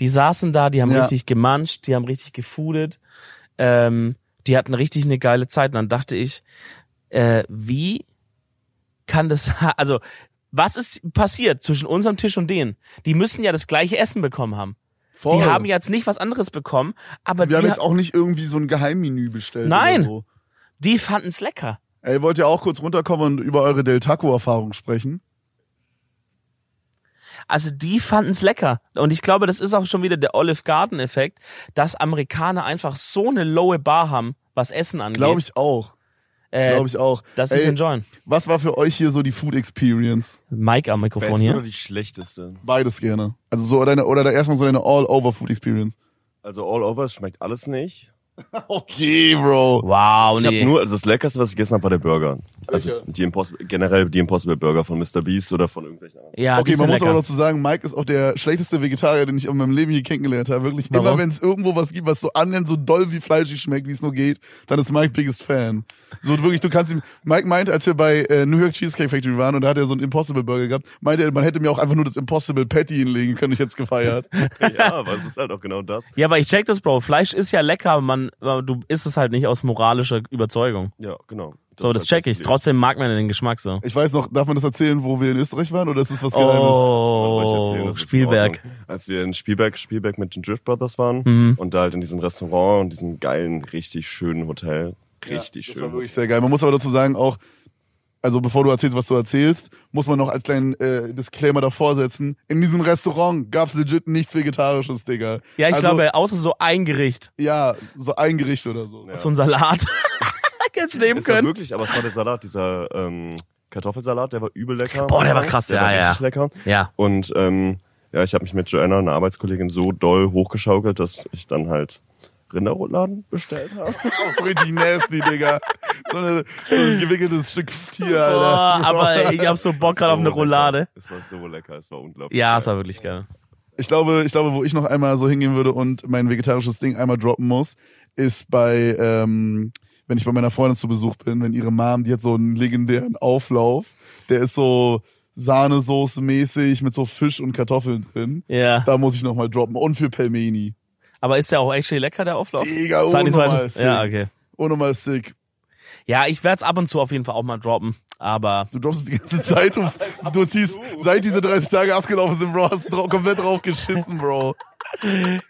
Speaker 2: Die saßen da, die haben
Speaker 1: Ja.
Speaker 2: richtig gemanscht, die haben richtig gefudet, ähm, die hatten richtig eine geile Zeit. Und dann dachte ich, äh, wie kann das, also was ist passiert zwischen unserem Tisch und denen? Die müssen ja das gleiche Essen bekommen haben.
Speaker 1: Voll.
Speaker 2: Die haben jetzt nicht was anderes bekommen, aber
Speaker 1: wir haben
Speaker 2: die,
Speaker 1: jetzt auch nicht irgendwie so ein Geheimmenü bestellt.
Speaker 2: Nein.
Speaker 1: Oder so.
Speaker 2: die fanden es lecker.
Speaker 1: Ey, wollt ihr auch kurz runterkommen und über eure Del Taco-Erfahrung sprechen?
Speaker 2: Also die fanden es lecker. Und ich glaube, das ist auch schon wieder der Olive Garden-Effekt, dass Amerikaner einfach so eine lowe Bar haben, was Essen angeht.
Speaker 1: Glaube ich auch.
Speaker 2: äh,
Speaker 1: Glaube ich auch.
Speaker 2: Das
Speaker 1: Ey,
Speaker 2: ist enjoyen.
Speaker 1: Was war für euch hier so die Food Experience?
Speaker 2: Mike am Mikrofon hier.
Speaker 3: oder die schlechteste?
Speaker 1: Beides gerne. Also so deine oder da erstmal so deine All-Over Food Experience.
Speaker 3: Also all over, es schmeckt alles nicht.
Speaker 1: Okay, Bro.
Speaker 2: Wow,
Speaker 3: ich
Speaker 2: nee.
Speaker 3: habe nur, also das Leckerste, was ich gegessen habe, war der Burger. Also die Impossible, generell die Impossible Burger von Mr. Beast oder von irgendwelchen anderen.
Speaker 2: ja, Ah,
Speaker 1: Okay,
Speaker 2: die
Speaker 1: man
Speaker 2: sind
Speaker 1: muss
Speaker 2: lecker.
Speaker 1: aber dazu sagen, Mike ist auch der schlechteste Vegetarier, den ich in meinem Leben hier kennengelernt habe. Wirklich,
Speaker 2: Warum?
Speaker 1: immer wenn es irgendwo was gibt, was so annähernd so doll wie fleischig schmeckt, wie es nur geht, dann ist Mike biggest Fan. So wirklich, du kannst ihm. Mike meint, als wir bei äh, New York Cheesecake Factory waren und da hat er so einen Impossible Burger gehabt, meinte er, man hätte mir auch einfach nur das Impossible Patty hinlegen können, ich hätte es gefeiert.
Speaker 3: ja, aber es ist halt auch genau das.
Speaker 2: ja, aber ich check das, Bro. Fleisch ist ja lecker, aber man, aber du isst es halt nicht aus moralischer Überzeugung.
Speaker 3: Ja, genau.
Speaker 2: So, das
Speaker 3: ist halt
Speaker 2: check ich.
Speaker 3: Problem.
Speaker 2: Trotzdem mag man den Geschmack so.
Speaker 1: Ich weiß noch, darf man das erzählen, wo wir in Österreich waren oder ist das was Geheimes?
Speaker 3: Warte mal, ich erzähle,
Speaker 2: Oh,
Speaker 3: das ist in
Speaker 2: Spielberg. Mhm.
Speaker 3: Ordnung. Als wir in Spielberg, Spielberg mit den Drift Brothers waren und da halt in diesem Restaurant und diesem geilen, richtig schönen Hotel. Richtig
Speaker 1: das
Speaker 3: schön.
Speaker 1: war wirklich sehr geil. Man muss aber dazu sagen, auch, also bevor du erzählst, was du erzählst, muss man noch als kleinen äh, Disclaimer davor setzen. In diesem Restaurant gab's legit nichts Vegetarisches, Digga.
Speaker 2: Ja, ich
Speaker 1: also,
Speaker 2: glaube, außer so ein Gericht,
Speaker 1: Ja, so ein Gericht oder so.
Speaker 3: Ja.
Speaker 2: so ein Salat. Jetzt nehmen
Speaker 3: Ist ja
Speaker 2: können.
Speaker 3: möglich, aber es war der Salat, dieser ähm, Kartoffelsalat, der war übel lecker. Mhm.
Speaker 2: Boah, der war krass,
Speaker 3: der
Speaker 2: ja,
Speaker 3: war
Speaker 2: ja.
Speaker 3: Richtig lecker.
Speaker 2: Ja.
Speaker 3: Und ähm, ja, ich habe mich mit Joanna, einer Arbeitskollegin, so doll hochgeschaukelt, dass ich dann halt Rinderrouladen bestellt habe.
Speaker 1: So richtig nasty, Digga. So, eine, so ein gewickeltes Stück Tier,
Speaker 2: Boah,
Speaker 1: Alter.
Speaker 2: aber ich hab so Bock gerade auf eine
Speaker 3: lecker.
Speaker 2: Roulade.
Speaker 3: Es war so lecker, es war unglaublich.
Speaker 2: Ja,
Speaker 3: geil.
Speaker 2: es war wirklich geil.
Speaker 1: Ich glaube, ich glaube, wo ich noch einmal so hingehen würde und mein vegetarisches Ding einmal droppen muss, ist bei, ähm, wenn ich bei meiner Freundin zu Besuch bin, wenn ihre Mom, die hat so einen legendären Auflauf, der ist so Sahnesoße-mäßig mit so Fisch und Kartoffeln drin.
Speaker 2: Ja.
Speaker 1: Da muss ich nochmal droppen. Und für Pelmeni.
Speaker 2: Aber ist ja auch actually lecker, der Auflauf.
Speaker 1: Digga,
Speaker 2: Sag nichts
Speaker 1: unnormal
Speaker 2: falsch.
Speaker 1: sick.
Speaker 2: Ja, okay.
Speaker 1: Unnormal sick.
Speaker 2: Ja, ich werde es ab und zu auf jeden Fall auch mal droppen. Aber
Speaker 1: Du droppst es die ganze Zeit und du ziehst, seit diese 30 Tage abgelaufen sind, Bro, hast du dra komplett drauf geschissen, Bro.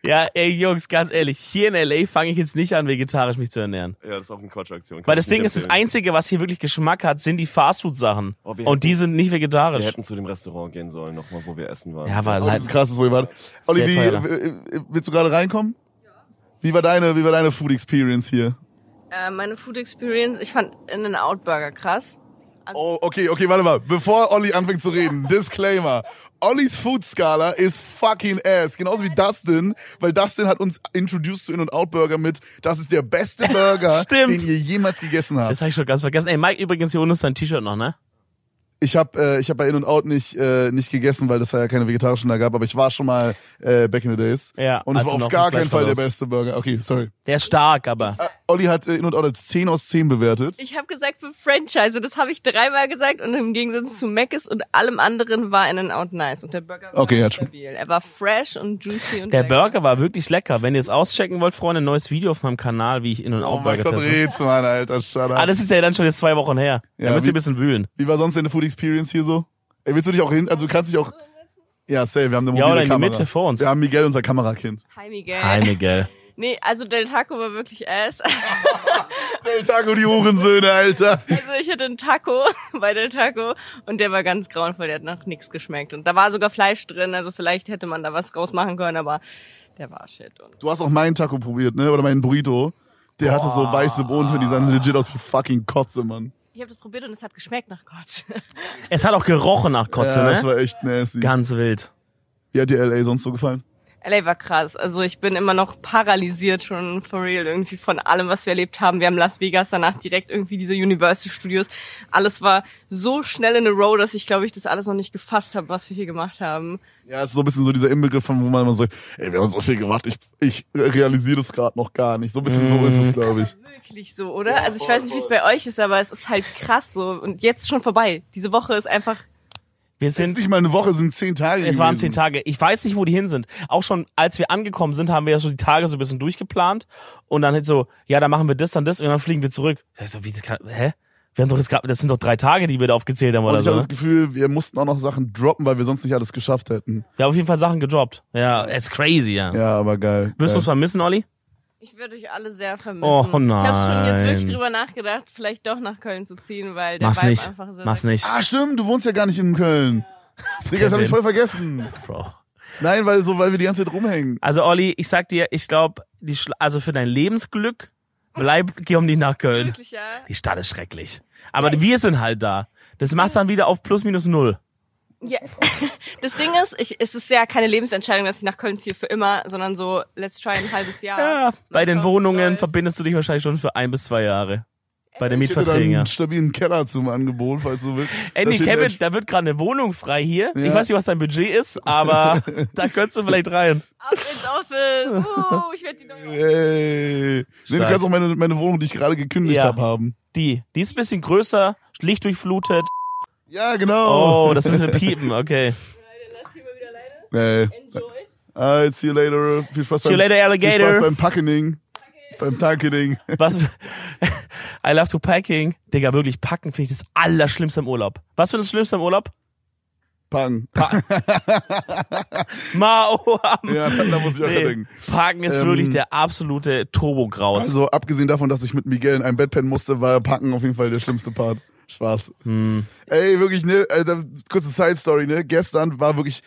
Speaker 2: ja, ey Jungs, ganz ehrlich, hier in LA fange ich jetzt nicht an, vegetarisch mich zu ernähren.
Speaker 3: Ja, das ist auch eine Quatschaktion. kann
Speaker 2: Weil
Speaker 3: ich
Speaker 2: das Ding
Speaker 3: nicht
Speaker 2: ist, das
Speaker 3: empfehlen.
Speaker 2: Einzige, was hier wirklich Geschmack hat, sind die Fastfood-Sachen.
Speaker 3: Oh, wir
Speaker 2: und die sind nicht
Speaker 3: Wir
Speaker 2: vegetarisch.
Speaker 3: hätten zu dem Restaurant gehen sollen, nochmal, wo wir essen waren.
Speaker 2: Ja, aber
Speaker 1: Aber das ist
Speaker 2: leider.
Speaker 1: krass, wo ihr wart. Olli, wie,
Speaker 2: teuer.
Speaker 1: äh, willst du gerade reinkommen? Wie war deine, wie war deine Food Experience hier?
Speaker 4: Äh, meine Food Experience, ich fand einen Outburger krass.
Speaker 1: Oh, okay, okay, warte mal. Bevor Olli anfängt zu reden, Disclaimer. Ollis Food-Skala ist fucking ass. Genauso wie Dustin, weil Dustin hat uns introduced zu In- und Out-Burger mit, das ist der beste Burger, den
Speaker 2: Stimmt.
Speaker 1: ihr jemals gegessen habt.
Speaker 2: Das habe ich schon ganz vergessen. Ey, Mike übrigens hier unten ist sein T-Shirt noch, ne?
Speaker 1: Ich habe äh, ich hab bei In und Out nicht äh, nicht gegessen, weil das ja keine vegetarischen da gab, aber ich war schon mal äh, back in the days.
Speaker 2: Ja,
Speaker 1: Und es
Speaker 2: also
Speaker 1: war auf
Speaker 2: noch
Speaker 1: gar
Speaker 2: gleich
Speaker 1: keinen Fall der
Speaker 2: verlost.
Speaker 1: beste Burger. Okay, sorry.
Speaker 2: Der ist stark, aber.
Speaker 1: Äh, Olli hat äh, In und Out als 10 aus 10 bewertet.
Speaker 4: Ich habe gesagt für Franchise, das habe ich dreimal gesagt und im Gegensatz zu Mc's und allem anderen war einen Out nice und der Burger war
Speaker 1: Okay, ja, schon.
Speaker 4: stabil. Er war fresh und juicy und
Speaker 2: Der
Speaker 4: lecker.
Speaker 2: Burger war wirklich lecker. Wenn ihr es auschecken wollt, Freunde, neues Video auf meinem Kanal, wie ich in und
Speaker 1: Oh
Speaker 2: out
Speaker 1: mein
Speaker 2: Burger
Speaker 1: Gott,
Speaker 2: teste.
Speaker 1: red's mal, alter Schader.
Speaker 2: Ah, das ist ja dann schon jetzt zwei Wochen her.
Speaker 1: Ja,
Speaker 2: da müsst ihr
Speaker 1: wie-
Speaker 2: ein bisschen wühlen.
Speaker 1: Wie war sonst deine Food Experience hier so? Ey, willst du dich auch hin? Also du kannst dich auch. Ja, safe, wir haben eine mobile
Speaker 2: Ja, oder in die
Speaker 1: Kamera.
Speaker 2: Mitte vor uns.
Speaker 1: Wir haben Miguel, unser Kamerakind.
Speaker 4: Hi Miguel.
Speaker 2: Hi, Miguel.
Speaker 4: Nee, also Del Taco war wirklich ass.
Speaker 1: Del Taco, die Hurensöhne, Alter.
Speaker 4: Also ich hatte einen Taco bei Del Taco und der war ganz grauenvoll, der hat nach nichts geschmeckt und da war sogar Fleisch drin, also vielleicht hätte man da was draus machen können, aber der war shit und
Speaker 1: Du hast auch meinen Taco probiert, ne? Oder meinen Burrito. Der hatte so weiße Bohnen drin, die sahen legit aus wie fucking Kotze, Mann.
Speaker 4: ich habe das probiert und es hat geschmeckt nach Gott.
Speaker 2: Es hat auch gerochen nach Kotze,
Speaker 1: ja,
Speaker 2: ne?
Speaker 1: das war echt nasty.
Speaker 2: Ganz wild.
Speaker 1: Wie hat dir LA sonst so gefallen?
Speaker 4: LA war krass. Also ich bin immer noch paralysiert schon for real irgendwie von allem, was wir erlebt haben. Wir haben Las Vegas danach direkt irgendwie diese Universal Studios. Alles war so schnell in a row, dass ich glaube ich das alles noch nicht gefasst habe, was wir hier gemacht haben.
Speaker 1: Ja, es ist so ein bisschen so dieser Inbegriff von, wo man immer sagt, ey, wir haben so viel gemacht, ich, ich realisiere das gerade noch gar nicht. So ein bisschen
Speaker 2: Mhm.
Speaker 1: so ist es, glaube ich.
Speaker 4: Wirklich so, oder? also ich weiß nicht, wie es bei euch ist, aber es ist halt krass so und jetzt schon vorbei. Diese Woche ist einfach
Speaker 2: Wir
Speaker 1: Es ist
Speaker 2: sind,
Speaker 1: nicht mal eine Woche, es sind zehn Tage.
Speaker 2: es waren
Speaker 1: gewesen.
Speaker 2: zehn Tage. Ich weiß nicht, wo die hin sind. Auch schon, als wir angekommen sind, haben wir ja so die Tage so ein bisschen durchgeplant. Und dann halt so, ja, dann machen wir das, dann das und dann fliegen wir zurück. Ich so, wie, das kann, hä? Wir haben doch jetzt gerade, das sind doch drei Tage, die wir da aufgezählt haben
Speaker 1: Und
Speaker 2: oder
Speaker 1: ich
Speaker 2: so.
Speaker 1: habe
Speaker 2: Ne?
Speaker 1: das Gefühl, wir mussten auch noch Sachen droppen, weil wir sonst nicht alles geschafft hätten.
Speaker 2: ne? Wir haben auf jeden Fall Sachen gedroppt. Ja, it's crazy, ja.
Speaker 1: Ja, aber geil.
Speaker 2: Wirst
Speaker 1: geil.
Speaker 2: du uns vermissen, Olli?
Speaker 4: ich würde euch alle sehr vermissen.
Speaker 2: Oh
Speaker 4: Ich habe schon jetzt
Speaker 2: nein.
Speaker 4: wirklich drüber nachgedacht, vielleicht doch nach Köln zu ziehen, weil der
Speaker 2: Mach's
Speaker 4: Vibe
Speaker 2: nicht.
Speaker 4: einfach sehr
Speaker 2: Mach's
Speaker 4: sehr-
Speaker 2: nicht,
Speaker 1: Ah, stimmt, du wohnst ja gar nicht in Köln. Digga, das habe ich voll vergessen.
Speaker 2: Bro.
Speaker 1: Nein, weil so, weil wir die ganze Zeit rumhängen.
Speaker 2: Also Olli, ich sag dir, ich glaube, also für dein Lebensglück, bleib, geh um die nach Köln.
Speaker 4: Wirklich, ja.
Speaker 2: Die Stadt ist schrecklich. Aber wir sind halt da. Das machst du dann wieder auf plus minus null.
Speaker 4: Ja, das Ding ist, ich, es ist ja keine Lebensentscheidung, dass ich nach Köln ziehe für immer, sondern so, let's try ein halbes Jahr.
Speaker 2: Ja, bei
Speaker 4: Mal
Speaker 2: den
Speaker 4: schauen,
Speaker 2: Wohnungen
Speaker 4: wie's läuft.
Speaker 2: verbindest du dich wahrscheinlich schon für ein bis zwei Jahre. Bei den
Speaker 1: Ich hätte dann
Speaker 2: Mietverträgen, ja.
Speaker 1: einen stabilen Keller zum Angebot, falls du willst.
Speaker 2: Andy
Speaker 1: Da steht
Speaker 2: Kevin,
Speaker 1: echt-
Speaker 2: da wird gerade eine Wohnung frei hier.
Speaker 1: Ja.
Speaker 2: Ich weiß nicht, was dein Budget ist, aber da könntest du vielleicht rein.
Speaker 4: Ab ins Office. Uh, ich werde die neue.
Speaker 1: Ey. Nee, du
Speaker 2: Stark.
Speaker 1: kannst auch meine, meine Wohnung, die ich gerade gekündigt
Speaker 2: Ja.
Speaker 1: hab, habe, haben.
Speaker 2: Die, die ist ein bisschen größer, Licht durchflutet.
Speaker 1: Ja, genau.
Speaker 2: Oh, das müssen wir piepen, okay.
Speaker 4: Lass die mal wieder alleine.
Speaker 1: Ey.
Speaker 4: Enjoy.
Speaker 1: Alright, see you later. Viel Spaß
Speaker 2: See you
Speaker 1: beim,
Speaker 2: later,
Speaker 1: Viel Spaß
Speaker 2: Alligator.
Speaker 1: beim Packening. Beim Tankening.
Speaker 2: Was? I love to packing. Digga, wirklich, packen finde ich das Allerschlimmste im Urlaub. Was für das Schlimmste im Urlaub?
Speaker 1: Packen.
Speaker 2: Mao am
Speaker 1: Ja, da muss ich auch
Speaker 2: Nee,
Speaker 1: denken.
Speaker 2: Parken ist
Speaker 1: Ähm,
Speaker 2: wirklich der absolute Turbo-Graus.
Speaker 1: Also abgesehen davon, dass ich mit Miguel in einem Bett pennen musste, war Packen auf jeden Fall der schlimmste Part. Spaß.
Speaker 2: Hm.
Speaker 1: Ey, wirklich, ne, äh, da- kurze Side-Story, ne, gestern war wirklich,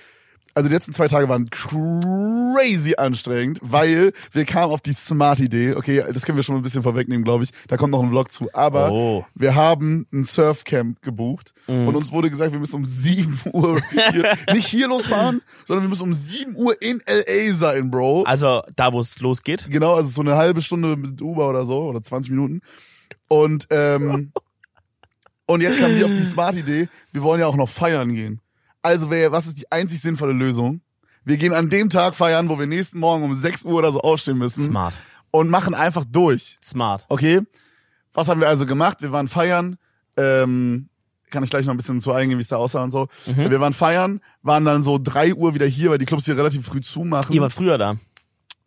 Speaker 1: also die letzten zwei Tage waren crazy anstrengend, weil wir kamen auf die Smart-Idee, okay, das können wir schon mal ein bisschen vorwegnehmen, glaube ich, da kommt noch ein Vlog zu, aber
Speaker 2: Oh.
Speaker 1: wir haben ein Surfcamp gebucht und uns wurde gesagt, wir müssen um 7 Uhr hier, nicht hier losfahren, sondern wir müssen um 7 Uhr in L.A. sein, Bro.
Speaker 2: Also da, wo es losgeht.
Speaker 1: Genau, also so eine halbe Stunde mit Uber oder so oder 20 Minuten. Und ähm, und jetzt kamen wir auf die smarte Idee, wir wollen ja auch noch feiern gehen. Also wer, was ist die einzig sinnvolle Lösung? Wir gehen an dem Tag feiern, wo wir nächsten Morgen um 6 Uhr oder so aufstehen müssen
Speaker 2: Smart.
Speaker 1: und machen einfach durch.
Speaker 2: Smart.
Speaker 1: Okay. Was haben wir also gemacht? Wir waren feiern. Ähm, kann ich gleich noch ein bisschen zu eingehen, wie es da aussah und so.
Speaker 2: Mhm.
Speaker 1: Wir waren feiern, waren dann so 3 Uhr wieder hier, weil die Clubs hier relativ früh zumachen.
Speaker 2: Ihr wart früher da.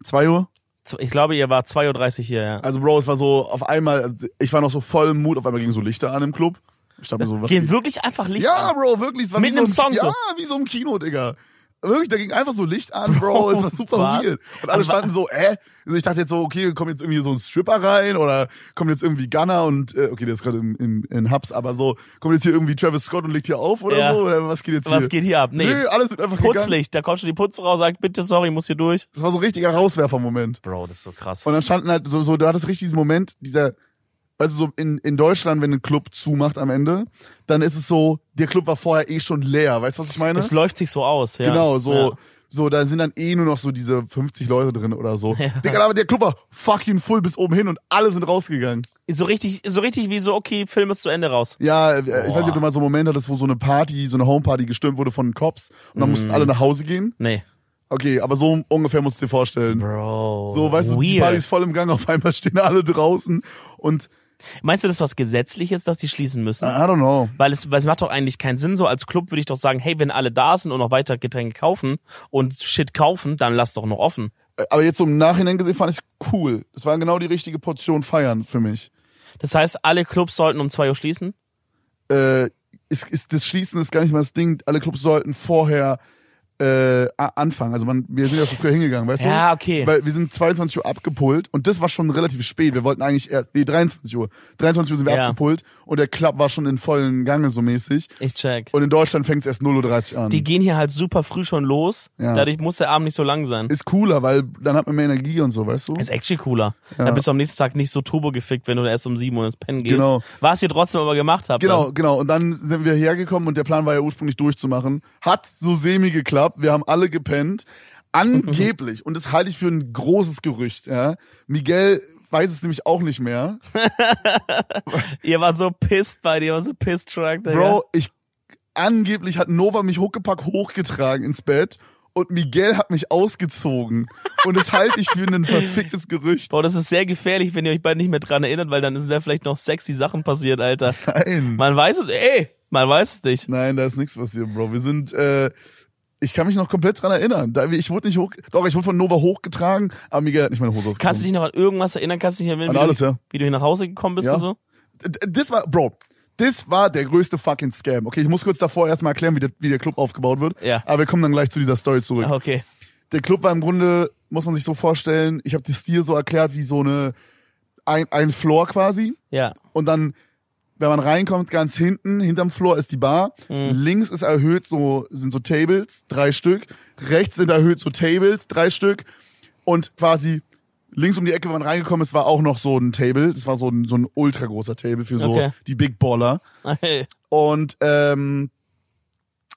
Speaker 1: 2 Uhr?
Speaker 2: Zu- Ich glaube, ihr wart 2.30 Uhr hier, ja.
Speaker 1: Also Bro, es war so auf einmal, also ich war noch so voll im Mut, auf einmal gingen so Lichter an im Club. Ich dachte mir so, was
Speaker 2: Gehen
Speaker 1: geht-
Speaker 2: wirklich einfach Licht
Speaker 1: Ja,
Speaker 2: an.
Speaker 1: Bro, wirklich, es war
Speaker 2: Mit
Speaker 1: wie so
Speaker 2: einem
Speaker 1: im-
Speaker 2: Song so.
Speaker 1: Ja, wie so im Kino, Digga. Wirklich, da ging einfach so Licht an, Bro, es war super
Speaker 2: was?
Speaker 1: weird. Und
Speaker 2: Aber wa-
Speaker 1: alle standen so, äh, also ich dachte jetzt so, okay, kommt jetzt irgendwie so ein Stripper rein oder kommt jetzt irgendwie Gunner und äh, okay, der ist gerade im, im, in Hubs, aber so, kommt jetzt hier irgendwie Travis Scott und legt hier auf oder
Speaker 2: Ja.
Speaker 1: so oder was geht jetzt hier?
Speaker 2: Was geht hier ab? Nee.
Speaker 1: Nee, alles wird einfach gegangen.
Speaker 2: Putzlicht. Da kommt schon die Putzfrau, sagt, bitte, sorry, muss hier durch.
Speaker 1: Das war so ein richtiger Rauswerfermoment.
Speaker 2: Bro, das ist so krass.
Speaker 1: Und dann standen halt so, so, du hattest richtig diesen Moment, dieser, also so in, in Deutschland, wenn ein Club zumacht am Ende, dann ist es so, der Club war vorher eh schon leer, weißt du, was ich meine?
Speaker 2: Es läuft sich so aus, ja.
Speaker 1: ne? genau, so,
Speaker 2: Ja.
Speaker 1: so, da sind dann eh nur noch so diese 50 Leute drin oder so. Digga, aber der Club war fucking full bis oben hin und alle sind rausgegangen.
Speaker 2: So richtig, so richtig wie so, okay, Film ist zu Ende raus.
Speaker 1: Ja, äh, ich weiß nicht,
Speaker 2: Boah.
Speaker 1: ob du mal so einen Moment hattest, wo so eine Party, so eine Homeparty gestürmt wurde von Cops und dann
Speaker 2: Mhm.
Speaker 1: mussten alle nach Hause gehen.
Speaker 2: Nee.
Speaker 1: Okay, aber so ungefähr musst du dir vorstellen.
Speaker 2: Bro.
Speaker 1: So, weißt du, die
Speaker 2: weird.
Speaker 1: Party ist voll im Gang, auf einmal stehen alle draußen und
Speaker 2: Meinst du, das ist was Gesetzliches, dass die schließen müssen?
Speaker 1: I don't know.
Speaker 2: Weil es, weil es macht doch eigentlich keinen Sinn. So als Club würde ich doch sagen, hey, wenn alle da sind und noch weiter Getränke kaufen und Shit kaufen, dann lass doch noch offen.
Speaker 1: Aber jetzt so im Nachhinein gesehen fand ich cool. Das war genau die richtige Portion Feiern für mich.
Speaker 2: Das heißt, alle Clubs sollten um 2 Uhr schließen.
Speaker 1: Äh, ist, ist, das Schließen ist gar nicht mal das Ding. Alle Clubs sollten vorher äh, a- anfangen. Also man, wir sind ja schon früher hingegangen, weißt du?
Speaker 2: Ja, okay.
Speaker 1: Weil wir sind 22 Uhr abgepult und das war schon relativ spät. Wir wollten eigentlich erst, nee, 23 Uhr. 23 Uhr sind wir
Speaker 2: Ja.
Speaker 1: abgepult und der Club war schon in vollen Gange so mäßig.
Speaker 2: Ich check.
Speaker 1: Und in Deutschland fängt es erst 0.30 Uhr an.
Speaker 2: Die gehen hier halt super früh schon los.
Speaker 1: Ja.
Speaker 2: Dadurch muss der Abend nicht so lang sein.
Speaker 1: ist cooler, weil dann hat man mehr Energie und so, weißt du?
Speaker 2: Ist actually cooler. Dann bist du am nächsten Tag nicht so turbo gefickt, wenn du erst um 7 Uhr ins Pennen gehst.
Speaker 1: Genau.
Speaker 2: Was ihr trotzdem aber gemacht habt.
Speaker 1: Genau, genau. Und dann sind wir hergekommen und der Plan war ja ursprünglich durchzumachen. Hat so semi geklappt. Wir haben alle gepennt. Angeblich, und das halte ich für ein großes Gerücht, ja. Miguel weiß es nämlich auch nicht mehr.
Speaker 2: Ihr wart so pissed bei dir, ihr wart so pissed track.
Speaker 1: Bro, ich, angeblich hat Nova mich huckepack hochgetragen ins Bett und Miguel hat mich ausgezogen. Und das halte ich für ein verficktes Gerücht.
Speaker 2: Bro, das ist sehr gefährlich, wenn ihr euch beide nicht mehr dran erinnert, weil dann sind da vielleicht noch sexy Sachen passiert, Alter.
Speaker 1: Nein.
Speaker 2: Man weiß es, ey, man weiß es nicht.
Speaker 1: Nein, da ist nichts passiert, Bro. Wir sind, äh, ich kann mich noch komplett dran erinnern. Da, ich wurde nicht hoch, doch, ich wurde von Nova hochgetragen, aber Miguel hat nicht meine Hose ausgezogen.
Speaker 2: Kannst du dich noch an irgendwas erinnern? Kannst du dich erinnern,
Speaker 1: An
Speaker 2: wie,
Speaker 1: alles,
Speaker 2: du,
Speaker 1: ja.
Speaker 2: wie du hier nach Hause gekommen bist
Speaker 1: Ja.
Speaker 2: und so?
Speaker 1: D- Das war, Bro, das war der größte fucking Scam. Okay, ich muss kurz davor erstmal erklären, wie der, wie der Club aufgebaut wird.
Speaker 2: Ja.
Speaker 1: Aber wir kommen dann gleich zu dieser Story zurück.
Speaker 2: Ah, Okay.
Speaker 1: Der Club war im Grunde, muss man sich so vorstellen, ich habe das dir so erklärt, wie so eine, ein, ein Floor quasi.
Speaker 2: Ja.
Speaker 1: Und dann, wenn man reinkommt, ganz hinten, hinterm Floor ist die Bar. Links ist erhöht, so sind so Tables, drei Stück. Rechts sind erhöht so Tables, drei Stück. Und quasi links um die Ecke, wenn man reingekommen ist, war auch noch so ein Table. Das war so ein, so ein ultra großer Table für so
Speaker 2: Okay.
Speaker 1: die Big Baller. Und, ähm,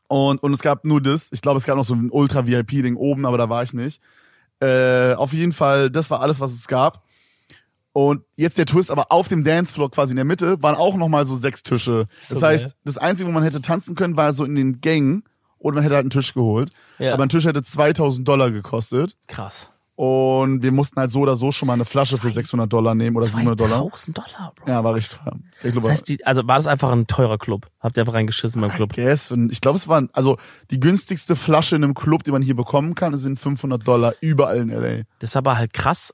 Speaker 1: und, und es gab nur das. Ich glaube, es gab noch so ein Ultra-VIP-Ding oben, aber da war ich nicht. Äh, auf jeden Fall, das war alles, was es gab. Und jetzt der Twist, aber auf dem Dancefloor quasi in der Mitte waren auch nochmal so sechs Tische.
Speaker 2: So
Speaker 1: das heißt,
Speaker 2: geil.
Speaker 1: das Einzige, wo man hätte tanzen können, war so in den Gängen oder man hätte halt einen Tisch geholt.
Speaker 2: Ja.
Speaker 1: Aber ein Tisch hätte 2000 Dollar gekostet.
Speaker 2: Krass.
Speaker 1: Und wir mussten halt so oder so schon mal eine Flasche für 600 Dollar nehmen oder 700 Dollar.
Speaker 2: 2000 Dollar, Bro.
Speaker 1: Ja, war richtig teuer. Der Club
Speaker 2: Das
Speaker 1: war-
Speaker 2: heißt, die, also war das einfach ein teurer Club? Habt ihr einfach reingeschissen beim Club?
Speaker 1: Yes, und ich glaube, es waren, also die günstigste Flasche in einem Club, die man hier bekommen kann, sind 500 Dollar überall in L.A.
Speaker 2: Das ist aber halt krass.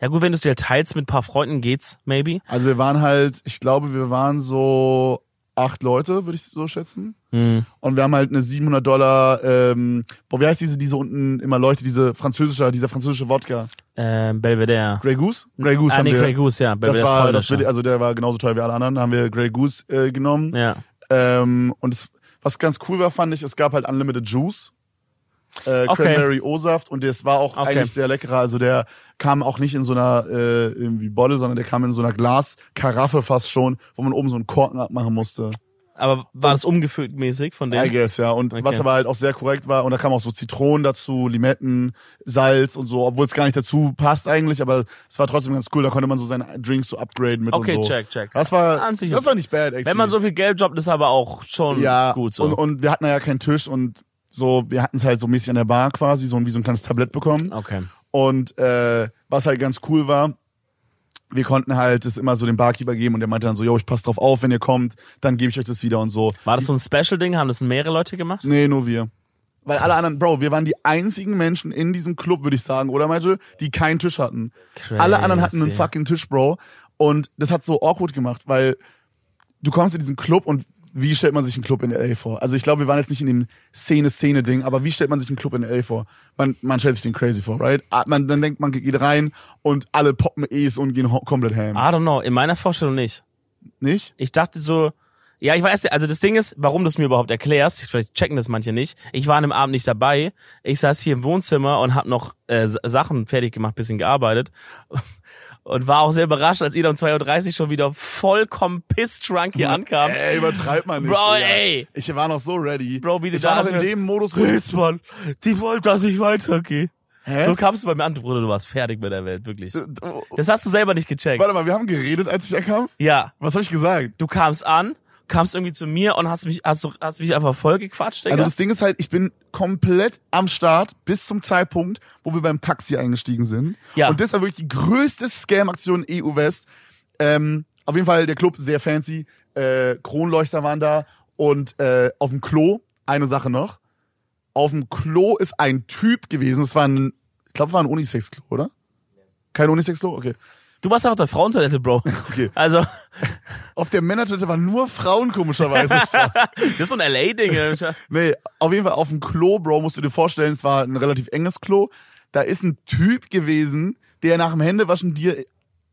Speaker 2: Ja gut, wenn du es dir halt teilst mit ein paar Freunden, geht's, maybe.
Speaker 1: Also wir waren halt, ich glaube, wir waren so acht Leute, würde ich so schätzen.
Speaker 2: Hm.
Speaker 1: Und wir haben halt eine 700 Dollar, ähm, boah, wie heißt diese, diese unten immer leuchtet, diese französische, dieser französische Wodka?
Speaker 2: Ähm, Belvedere.
Speaker 1: Grey Goose? Grey Goose
Speaker 2: ah,
Speaker 1: haben
Speaker 2: nee,
Speaker 1: wir.
Speaker 2: Grey Goose, ja.
Speaker 1: Das
Speaker 2: Belvedere ist
Speaker 1: war, das
Speaker 2: polnischer.
Speaker 1: wird, also der war genauso teuer wie alle anderen, da haben wir Grey Goose äh, genommen.
Speaker 2: ja.
Speaker 1: Ähm, und es, was ganz cool war, fand ich, es gab halt Unlimited Juice. Äh,
Speaker 2: Okay.
Speaker 1: Cranberry O-Saft und das war auch
Speaker 2: Okay.
Speaker 1: eigentlich sehr leckerer. Also der kam auch nicht in so einer äh, irgendwie Bottle, sondern der kam in so einer Glaskaraffe fast schon, wo man oben so einen Korken abmachen musste.
Speaker 2: Aber war das umgefüllt mäßig von
Speaker 1: I
Speaker 2: dem?
Speaker 1: guess, ja. Und
Speaker 2: Okay.
Speaker 1: was aber halt auch sehr korrekt war, und da kam auch so Zitronen dazu, Limetten, Salz und so, obwohl es gar nicht dazu passt eigentlich, aber es war trotzdem ganz cool, da konnte man so seine Drinks so upgraden mit
Speaker 2: Okay,
Speaker 1: und so.
Speaker 2: check, check.
Speaker 1: Das war,
Speaker 2: An sich
Speaker 1: das
Speaker 2: ist-
Speaker 1: war nicht bad, actually.
Speaker 2: Wenn man so viel Geld droppt, ist aber auch schon
Speaker 1: ja,
Speaker 2: Hm, gut so.
Speaker 1: Und, und wir hatten ja keinen Tisch und so, wir hatten es halt so mäßig an der Bar quasi, so ein- wie so ein kleines Tablett bekommen.
Speaker 2: okay.
Speaker 1: Und äh, was halt ganz cool war, wir konnten halt es immer so dem Barkeeper geben und der meinte dann so, yo, ich pass drauf auf, wenn ihr kommt, dann gebe ich euch das wieder und so.
Speaker 2: War das so ein Special-Ding? Haben das mehrere Leute gemacht?
Speaker 1: Nee, nur wir. Weil alle anderen, Bro, wir waren die einzigen Menschen in diesem Club, würde ich sagen, oder Michael, die keinen Tisch hatten. Alle anderen hatten einen
Speaker 2: Crazy.
Speaker 1: fucking Tisch, Bro. Und das hat so awkward gemacht, weil du kommst in diesen Club und wie stellt man sich einen Club in LA vor? Also ich glaube, wir waren jetzt nicht in dem Szene-Szene-Ding, aber wie stellt man sich einen Club in LA vor? Man, man stellt sich den crazy vor, right? Ah, Man, dann denkt man, geht rein und alle poppen E's und gehen ho- komplett ham.
Speaker 2: I don't know. In meiner Vorstellung nicht.
Speaker 1: Nicht?
Speaker 2: Ich dachte so, ja, ich weiß, also das Ding ist, warum du es mir überhaupt erklärst, vielleicht checken das manche nicht. Ich war an dem Abend nicht dabei. Ich saß hier im Wohnzimmer und habe noch äh, S- Sachen fertig gemacht, bisschen gearbeitet. Und war auch sehr überrascht, als ihr um 2.30 Uhr schon wieder vollkommen piss-drunk hier ankamt.
Speaker 1: Ey, übertreib mal nicht.
Speaker 2: Bro,
Speaker 1: Digga.
Speaker 2: ey.
Speaker 1: Ich war noch so ready.
Speaker 2: Bro, wie du
Speaker 1: ich
Speaker 2: da
Speaker 1: war noch
Speaker 2: hast
Speaker 1: in
Speaker 2: du-
Speaker 1: dem Modus, wo
Speaker 2: Pilzmann, die wollen, dass ich
Speaker 1: Hä?
Speaker 2: weitergehe.
Speaker 1: Äh,
Speaker 2: So kamst du bei mir an, Bruder, du warst fertig mit der Welt, wirklich.
Speaker 1: Warte
Speaker 2: Das hast du selber nicht gecheckt.
Speaker 1: mal, wir haben geredet, als ich ankam.
Speaker 2: Ja,
Speaker 1: Was habe ich gesagt?
Speaker 2: du kamst an, kamst irgendwie zu mir und hast mich, hast, du- hast mich einfach voll gequatscht, Digga.
Speaker 1: Also das Ding ist halt, ich bin komplett am Start bis zum Zeitpunkt, wo wir beim Taxi eingestiegen sind.
Speaker 2: Ja.
Speaker 1: Und das war wirklich die größte Scam-Aktion EU West. Ähm, auf jeden Fall der Club sehr fancy. Äh, Kronleuchter waren da und äh, auf dem Klo eine Sache noch. Auf dem Klo ist ein Typ gewesen. Es war ein, ich glaube, war ein Unisex-Klo, oder? Kein Unisex-Klo, okay.
Speaker 2: du warst ja auf der Frauentoilette, Bro.
Speaker 1: Okay.
Speaker 2: Also,
Speaker 1: Auf der Männertoilette waren nur Frauen komischerweise. Spaß.
Speaker 2: das ist so ein LA-Ding.
Speaker 1: Nee, auf jeden Fall auf dem Klo, Bro, musst du dir vorstellen, es war ein relativ enges Klo. Da ist ein Typ gewesen, der nach dem Händewaschen dir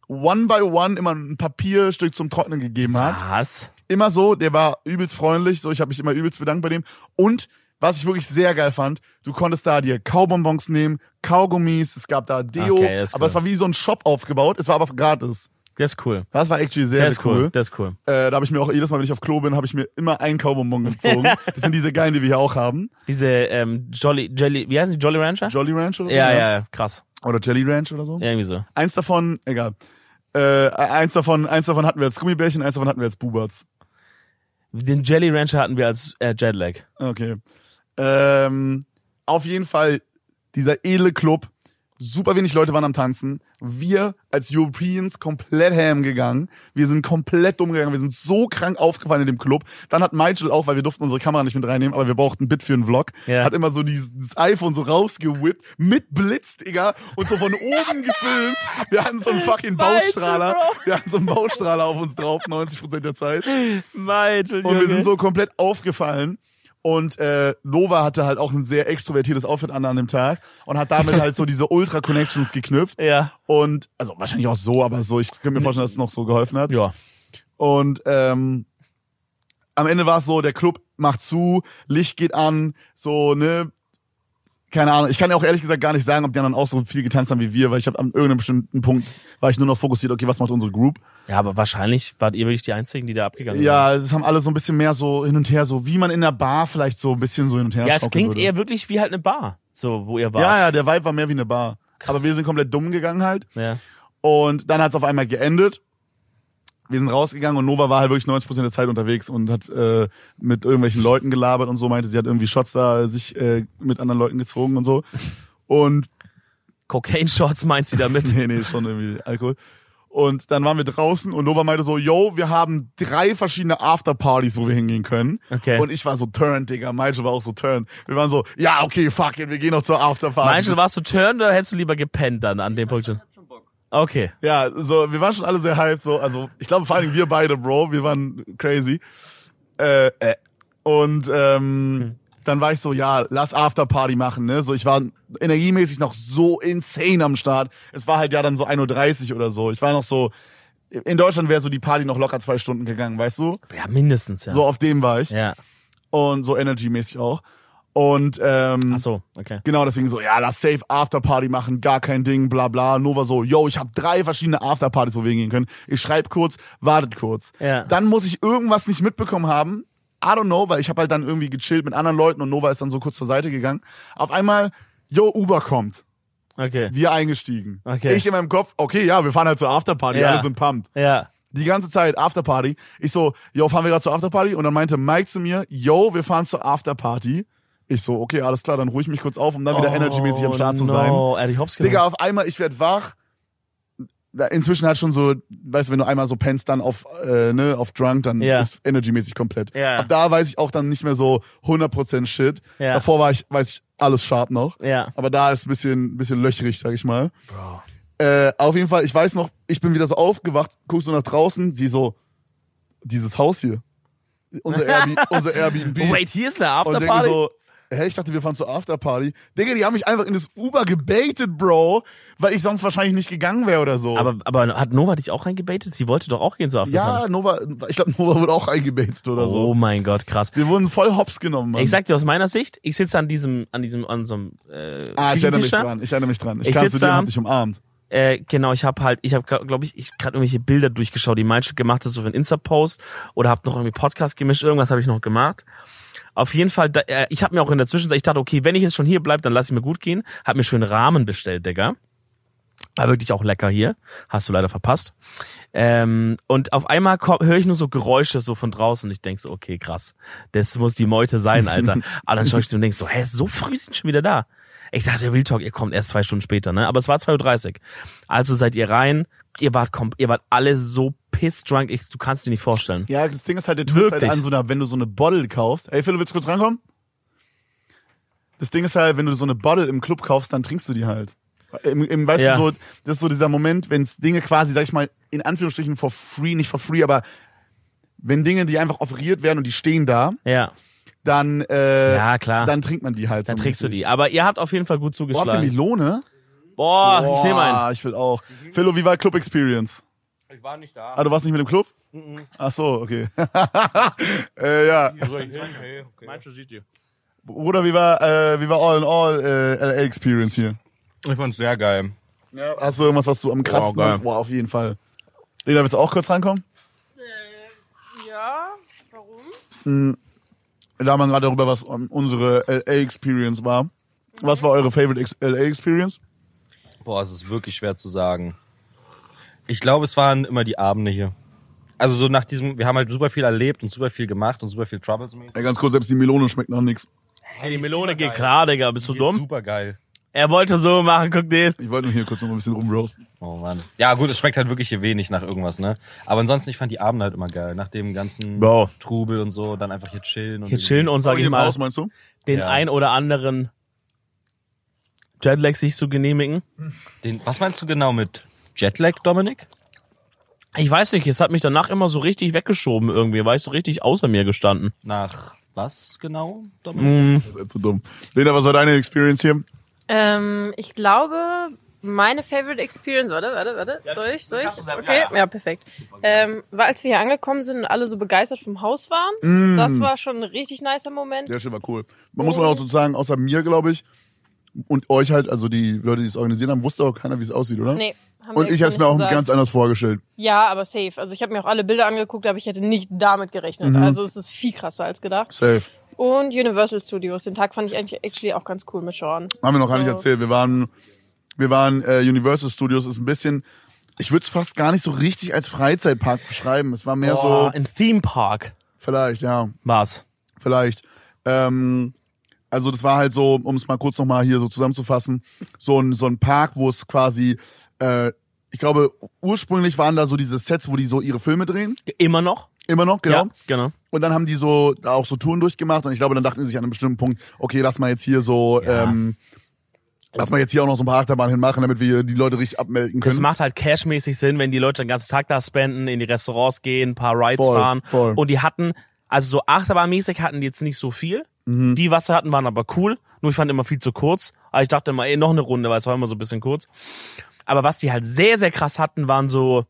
Speaker 1: one by one immer ein Papierstück zum Trocknen gegeben hat.
Speaker 2: Was?
Speaker 1: Immer so, der war übelst freundlich, so ich habe mich immer übelst bedankt bei dem. Und was ich wirklich sehr geil fand, du konntest da dir Kaubonbons nehmen, Kaugummis, es gab da Deo,
Speaker 2: Okay, das ist
Speaker 1: aber
Speaker 2: cool.
Speaker 1: es war wie so ein Shop aufgebaut, es war aber gratis.
Speaker 2: Das ist cool.
Speaker 1: Das war actually sehr,
Speaker 2: Das ist
Speaker 1: sehr
Speaker 2: cool.
Speaker 1: cool.
Speaker 2: Das ist cool.
Speaker 1: Äh, da habe ich mir auch jedes Mal, wenn ich auf Klo bin, habe ich mir immer einen Kaubonbon gezogen. das sind diese geilen, die wir hier auch haben.
Speaker 2: Diese ähm, Jolly, Jelly, wie heißen die? Jolly Rancher?
Speaker 1: Jolly Ranch oder so? ne?
Speaker 2: ja, ja, ja, krass.
Speaker 1: Oder Jelly Ranch oder so?
Speaker 2: Irgendwie so.
Speaker 1: Eins davon, egal. Äh, eins davon, eins davon hatten wir als Gummibärchen, eins davon hatten wir als Buberts.
Speaker 2: Den Jelly Rancher hatten wir als äh, Jetlag.
Speaker 1: Okay. Ähm, auf jeden Fall, dieser edle Club, super wenig Leute waren am Tanzen. Wir als Europeans komplett ham gegangen. Wir sind komplett dumm gegangen. Wir sind so krank aufgefallen in dem Club. Dann hat Michael auch, weil wir durften unsere Kamera nicht mit reinnehmen, aber wir brauchten ein Bit für einen Vlog,
Speaker 2: Ja.
Speaker 1: hat immer so dieses das iPhone so rausgewippt, mit Blitz, Digga, und so von oben gefilmt. Wir hatten so einen fucking
Speaker 2: Michael,
Speaker 1: Baustrahler.
Speaker 2: Bro.
Speaker 1: Wir hatten so einen Baustrahler auf uns drauf, 90% der Zeit.
Speaker 2: Mei,
Speaker 1: Und wir sind so komplett aufgefallen. Und äh, Nova hatte halt auch ein sehr extrovertiertes Outfit an an dem Tag und hat damit halt so diese Ultra-Connections geknüpft.
Speaker 2: Ja.
Speaker 1: Und, also wahrscheinlich auch so, aber so, ich könnte mir vorstellen, dass es noch so geholfen hat.
Speaker 2: Ja.
Speaker 1: Und ähm, am Ende war es so, der Club macht zu, Licht geht an, so, ne? Keine Ahnung. Ich kann ja auch ehrlich gesagt gar nicht sagen, ob die anderen auch so viel getanzt haben wie wir, weil ich habe an irgendeinem bestimmten Punkt, war ich nur noch fokussiert, okay, was macht unsere Group?
Speaker 2: Ja, aber wahrscheinlich wart ihr wirklich die Einzigen, die da abgegangen sind.
Speaker 1: Ja, es haben alle so ein bisschen mehr so hin und her, so wie man in der Bar vielleicht so ein bisschen so hin und her
Speaker 2: Ja, es
Speaker 1: schaukeln
Speaker 2: klingt
Speaker 1: würde.
Speaker 2: eher wirklich wie halt eine Bar, so wo ihr wart.
Speaker 1: Ja, ja, der Vibe war mehr wie eine Bar. Aber wir sind komplett dumm gegangen halt.
Speaker 2: Ja.
Speaker 1: Und dann hat's auf einmal geendet. Wir sind rausgegangen und Nova war halt wirklich 90% der Zeit unterwegs und hat äh, mit irgendwelchen Leuten gelabert und so, meinte, sie hat irgendwie Shots da sich äh, mit anderen Leuten gezogen und so. Und
Speaker 2: Cocaine Shorts meint sie damit.
Speaker 1: nee, nee, schon irgendwie Alkohol. Und dann waren wir draußen und Nova meinte so, yo, wir haben drei verschiedene Afterpartys, wo wir hingehen können.
Speaker 2: Okay.
Speaker 1: Und ich war so turned, Digga. Michael war auch so turned. Wir waren so, ja, okay, fuck it, wir gehen noch zur Afterparty.
Speaker 2: Meinst du, warst du turned oder hättest du lieber gepennt dann an dem Punkt schon? Okay.
Speaker 1: Ja, so, wir waren schon alle sehr hyped, so, also, ich glaube vor allen Dingen wir beide, Bro, wir waren crazy. äh, äh. Und ähm, dann war ich so, ja, lass Afterparty machen, ne? So, ich war energiemäßig noch so insane am Start. Es war halt ja dann so 1.30 Uhr oder so. Ich war noch so, in Deutschland wäre so die Party noch locker zwei Stunden gegangen, weißt du?
Speaker 2: Ja, mindestens, ja.
Speaker 1: So auf dem war ich.
Speaker 2: Ja.
Speaker 1: Und so energymäßig auch. Und ähm,
Speaker 2: Ach so, okay.
Speaker 1: Genau, deswegen so, ja, lass safe Afterparty machen, gar kein Ding, bla bla. Nova so, yo, ich habe drei verschiedene Afterpartys, wo wir hingehen können. Ich schreib kurz, wartet kurz.
Speaker 2: Ja.
Speaker 1: Dann muss ich irgendwas nicht mitbekommen haben. I don't know, weil ich habe halt dann irgendwie gechillt mit anderen Leuten und Nova ist dann so kurz zur Seite gegangen. Auf einmal, yo, Uber kommt.
Speaker 2: Okay.
Speaker 1: Wir eingestiegen.
Speaker 2: Okay.
Speaker 1: Ich in meinem Kopf, okay, ja, wir fahren halt zur Afterparty,
Speaker 2: Ja.
Speaker 1: alle sind pumped.
Speaker 2: Ja.
Speaker 1: Die ganze Zeit Afterparty. Ich so, yo, fahren wir gerade zur Afterparty? Und dann meinte Mike zu mir, yo, wir fahren zur Afterparty. Ich so, okay, alles klar, dann ruhe ich mich kurz auf, um dann wieder energymäßig am Start zu sein.
Speaker 2: Oh, no. Ehrlich, hops
Speaker 1: Digga,
Speaker 2: genommen.
Speaker 1: auf einmal, ich werd wach. Da- Inzwischen hat schon so, weißt du, wenn du einmal so pennst, dann auf, äh, ne, auf Drunk, dann
Speaker 2: Ja.
Speaker 1: ist energymäßig komplett.
Speaker 2: Ja.
Speaker 1: Ab da weiß ich auch dann nicht mehr so 100% Shit.
Speaker 2: Ja.
Speaker 1: Davor war ich, weiß ich, alles sharp noch.
Speaker 2: Ja.
Speaker 1: Aber da ist ein bisschen, bisschen löchrig, sag ich mal. Äh, auf jeden Fall, ich weiß noch, ich bin wieder so aufgewacht, guckst du nach draußen, sie so, dieses Haus hier. Unser, Airb unser Airbnb.
Speaker 2: Oh, Wait, hier ist eine
Speaker 1: und denke
Speaker 2: Afterparty?
Speaker 1: so, hä, ich dachte, wir fahren zur Afterparty. Digga, die haben mich einfach in das Uber gebaitet, Bro, weil ich sonst wahrscheinlich nicht gegangen wäre oder so.
Speaker 2: aber, aber hat Nova dich auch reingebaitet? Sie wollte doch auch gehen zur Afterparty.
Speaker 1: ja, Nova, ich glaube, Nova wurde auch eingebaitet oder
Speaker 2: Oh
Speaker 1: so.
Speaker 2: mein Gott, krass.
Speaker 1: Wir wurden voll hops genommen, Mann.
Speaker 2: Ich sag dir aus meiner Sicht, ich sitze an diesem, an diesem, an so einem äh,
Speaker 1: ah, ich erinnere mich
Speaker 2: Küchentisch da.
Speaker 1: dran, ich erinnere mich dran. Ich,
Speaker 2: Ich
Speaker 1: kam
Speaker 2: sitz
Speaker 1: zu dir und
Speaker 2: da.
Speaker 1: hab dich umarmt.
Speaker 2: Äh, genau, ich habe halt, ich habe, glaube ich, ich gerade irgendwelche Bilder durchgeschaut, die Mindshot gemacht hat, so für einen Insta-Post oder habe noch irgendwie Podcast gemischt, irgendwas habe ich noch gemacht. Auf jeden Fall, da, äh, ich habe mir auch in der Zwischenzeit, ich dachte, okay, wenn ich jetzt schon hier bleib, dann lass ich mir gut gehen. Hab mir schön Rahmen bestellt, Digga. War wirklich auch lecker hier. Hast du leider verpasst. Ähm, und auf einmal höre ich nur so Geräusche so von draußen. Ich denk so, okay, krass. Das muss die Meute sein, Alter. Aber dann schaue ich so und denk so, hä, so früh sind schon wieder da. Ich dachte, Real Talk, ihr kommt erst zwei Stunden später, ne? Aber es war 2.30 Uhr. Also seid ihr rein. Ihr wart, kom- ihr wart alle so piss drunk. Ich, du kannst dir nicht vorstellen.
Speaker 1: Ja, das Ding ist halt, der Twist halt
Speaker 2: Wirklich?
Speaker 1: an so einer, wenn du so eine Bottle kaufst. Ey, Phil, willst du kurz rankommen? Das Ding ist halt, wenn du so eine Bottle im Club kaufst, dann trinkst du die halt. Im, im, weißt
Speaker 2: Ja.
Speaker 1: du, so, das ist so dieser Moment, wenn Dinge quasi, sag ich mal, in Anführungsstrichen for free, nicht for free, aber wenn Dinge, die einfach offeriert werden und die stehen da,
Speaker 2: Ja,
Speaker 1: dann, äh,
Speaker 2: Ja, klar.
Speaker 1: dann trinkt man die halt.
Speaker 2: dann
Speaker 1: so
Speaker 2: trägst du
Speaker 1: mäßig.
Speaker 2: die. Aber ihr habt auf jeden Fall gut
Speaker 1: Boah, habt ihr
Speaker 2: zugeschlagen.
Speaker 1: Melone?
Speaker 2: Boah, Ah, ich nehme einen.
Speaker 1: ich will auch. Philo, wie war Club Experience?
Speaker 2: Ich war nicht da.
Speaker 5: Also-
Speaker 1: Ah, du warst nicht mit im Club? Ach so, okay. äh, ja. Bruder, wie war, äh, wie war All in All äh, LA Experience hier?
Speaker 5: Ich fand's sehr geil.
Speaker 1: Ja. Hast du irgendwas, was du am krassesten
Speaker 5: geil.
Speaker 1: hast? Boah, auf jeden Fall. Lena, willst du auch kurz rankommen?
Speaker 4: Äh, Ja, warum?
Speaker 1: Hm, Da haben wir gerade darüber, was ähm, unsere LA Experience war. Was war eure favorite Ex LA Experience?
Speaker 5: Boah, es ist wirklich schwer zu sagen. Ich glaube, es waren immer die Abende hier. Also so nach diesem, wir haben halt super viel erlebt und super viel gemacht und super viel Troubles mäßig.
Speaker 1: Ja, ganz kurz, selbst die Melone schmeckt nach nichts.
Speaker 2: Hey, die Melone geht klar, Digga. Bist du dumm?
Speaker 5: Super geil.
Speaker 2: Er wollte so machen, guck den.
Speaker 1: Ich wollte nur hier kurz noch ein bisschen rumroasten.
Speaker 5: Oh Mann. Ja gut, es schmeckt halt wirklich hier wenig nach irgendwas, ne? Aber ansonsten, ich fand die Abende halt immer geil. Nach dem ganzen
Speaker 2: Bro.
Speaker 5: Trubel und so, dann einfach hier chillen. Und
Speaker 2: Hier chillen und sag
Speaker 1: Oh, Hier
Speaker 2: ich
Speaker 1: im
Speaker 2: mal,
Speaker 1: Haus, meinst du?
Speaker 2: den
Speaker 5: Ja.
Speaker 2: ein oder anderen Jetlag sich zu genehmigen.
Speaker 5: Den, was meinst du genau mit Jetlag, Dominik?
Speaker 2: Ich weiß nicht, es hat mich danach immer so richtig weggeschoben irgendwie, war ich so richtig außer mir gestanden.
Speaker 5: Nach was genau,
Speaker 2: Hm.
Speaker 5: Dominik?
Speaker 1: Das ist zu dumm. Lena, was war deine Experience hier?
Speaker 4: Ähm, ich glaube, meine Favorite Experience, warte, warte, warte, soll ich, soll
Speaker 2: kannst
Speaker 4: ich?
Speaker 2: du sagen,
Speaker 4: Okay,
Speaker 2: ja,
Speaker 4: ja, perfekt. Ähm, war, als wir hier angekommen sind und alle so begeistert vom Haus waren,
Speaker 1: Mm.
Speaker 4: das war schon ein richtig nicer Moment.
Speaker 1: Der Shit war cool. Man muss mal auch sozusagen, außer mir, glaube ich, und euch halt, also die Leute, die es organisiert haben, wusste auch keiner, wie es aussieht, oder?
Speaker 4: Nee, haben
Speaker 1: Und
Speaker 4: wir
Speaker 1: ich
Speaker 4: extra
Speaker 1: habe es mir
Speaker 4: nicht
Speaker 1: auch
Speaker 4: gesagt.
Speaker 1: ganz anders vorgestellt.
Speaker 4: Ja, aber safe. Also ich habe mir auch alle Bilder angeguckt, aber ich hätte nicht damit gerechnet.
Speaker 1: Mhm.
Speaker 4: Also es ist viel krasser als gedacht.
Speaker 1: Safe.
Speaker 4: Und Universal Studios, den Tag fand ich eigentlich actually auch ganz cool mit Sean.
Speaker 1: Haben wir noch gar nicht
Speaker 4: So.
Speaker 1: erzählt. Wir waren, wir waren äh, Universal Studios ist ein bisschen, ich würde es fast gar nicht so richtig als Freizeitpark beschreiben. Es war mehr
Speaker 2: Boah,
Speaker 1: so,
Speaker 2: Oh, ein Theme Park
Speaker 1: vielleicht, ja,
Speaker 2: war's.
Speaker 1: vielleicht. Ähm, also das war halt so, um es mal kurz nochmal hier so zusammenzufassen, so ein, so ein Park, wo es quasi, äh, ich glaube, ursprünglich waren da so diese Sets, wo die so ihre Filme drehen.
Speaker 2: Immer noch?
Speaker 1: Immer noch, genau.
Speaker 2: Ja, genau.
Speaker 1: Und dann haben die so da auch so Touren durchgemacht und ich glaube, dann dachten sie sich an einem bestimmten Punkt, okay, lass mal jetzt hier so, ähm, lass mal jetzt hier auch noch so ein paar Achterbahnen hinmachen, damit wir die Leute richtig abmelden können.
Speaker 2: Das macht halt cashmäßig Sinn, wenn die Leute den ganzen Tag da spenden, in die Restaurants gehen, ein paar Rides
Speaker 1: Voll,
Speaker 2: fahren.
Speaker 1: voll.
Speaker 2: Und die hatten Also so Achterbahnmäßig hatten die jetzt nicht so viel.
Speaker 1: Mhm.
Speaker 2: Die, was sie hatten, waren aber cool. Nur ich fand immer viel zu kurz. Aber ich dachte immer, ey, noch eine Runde, weil es war immer so ein bisschen kurz. Aber was die halt sehr, sehr krass hatten, waren so,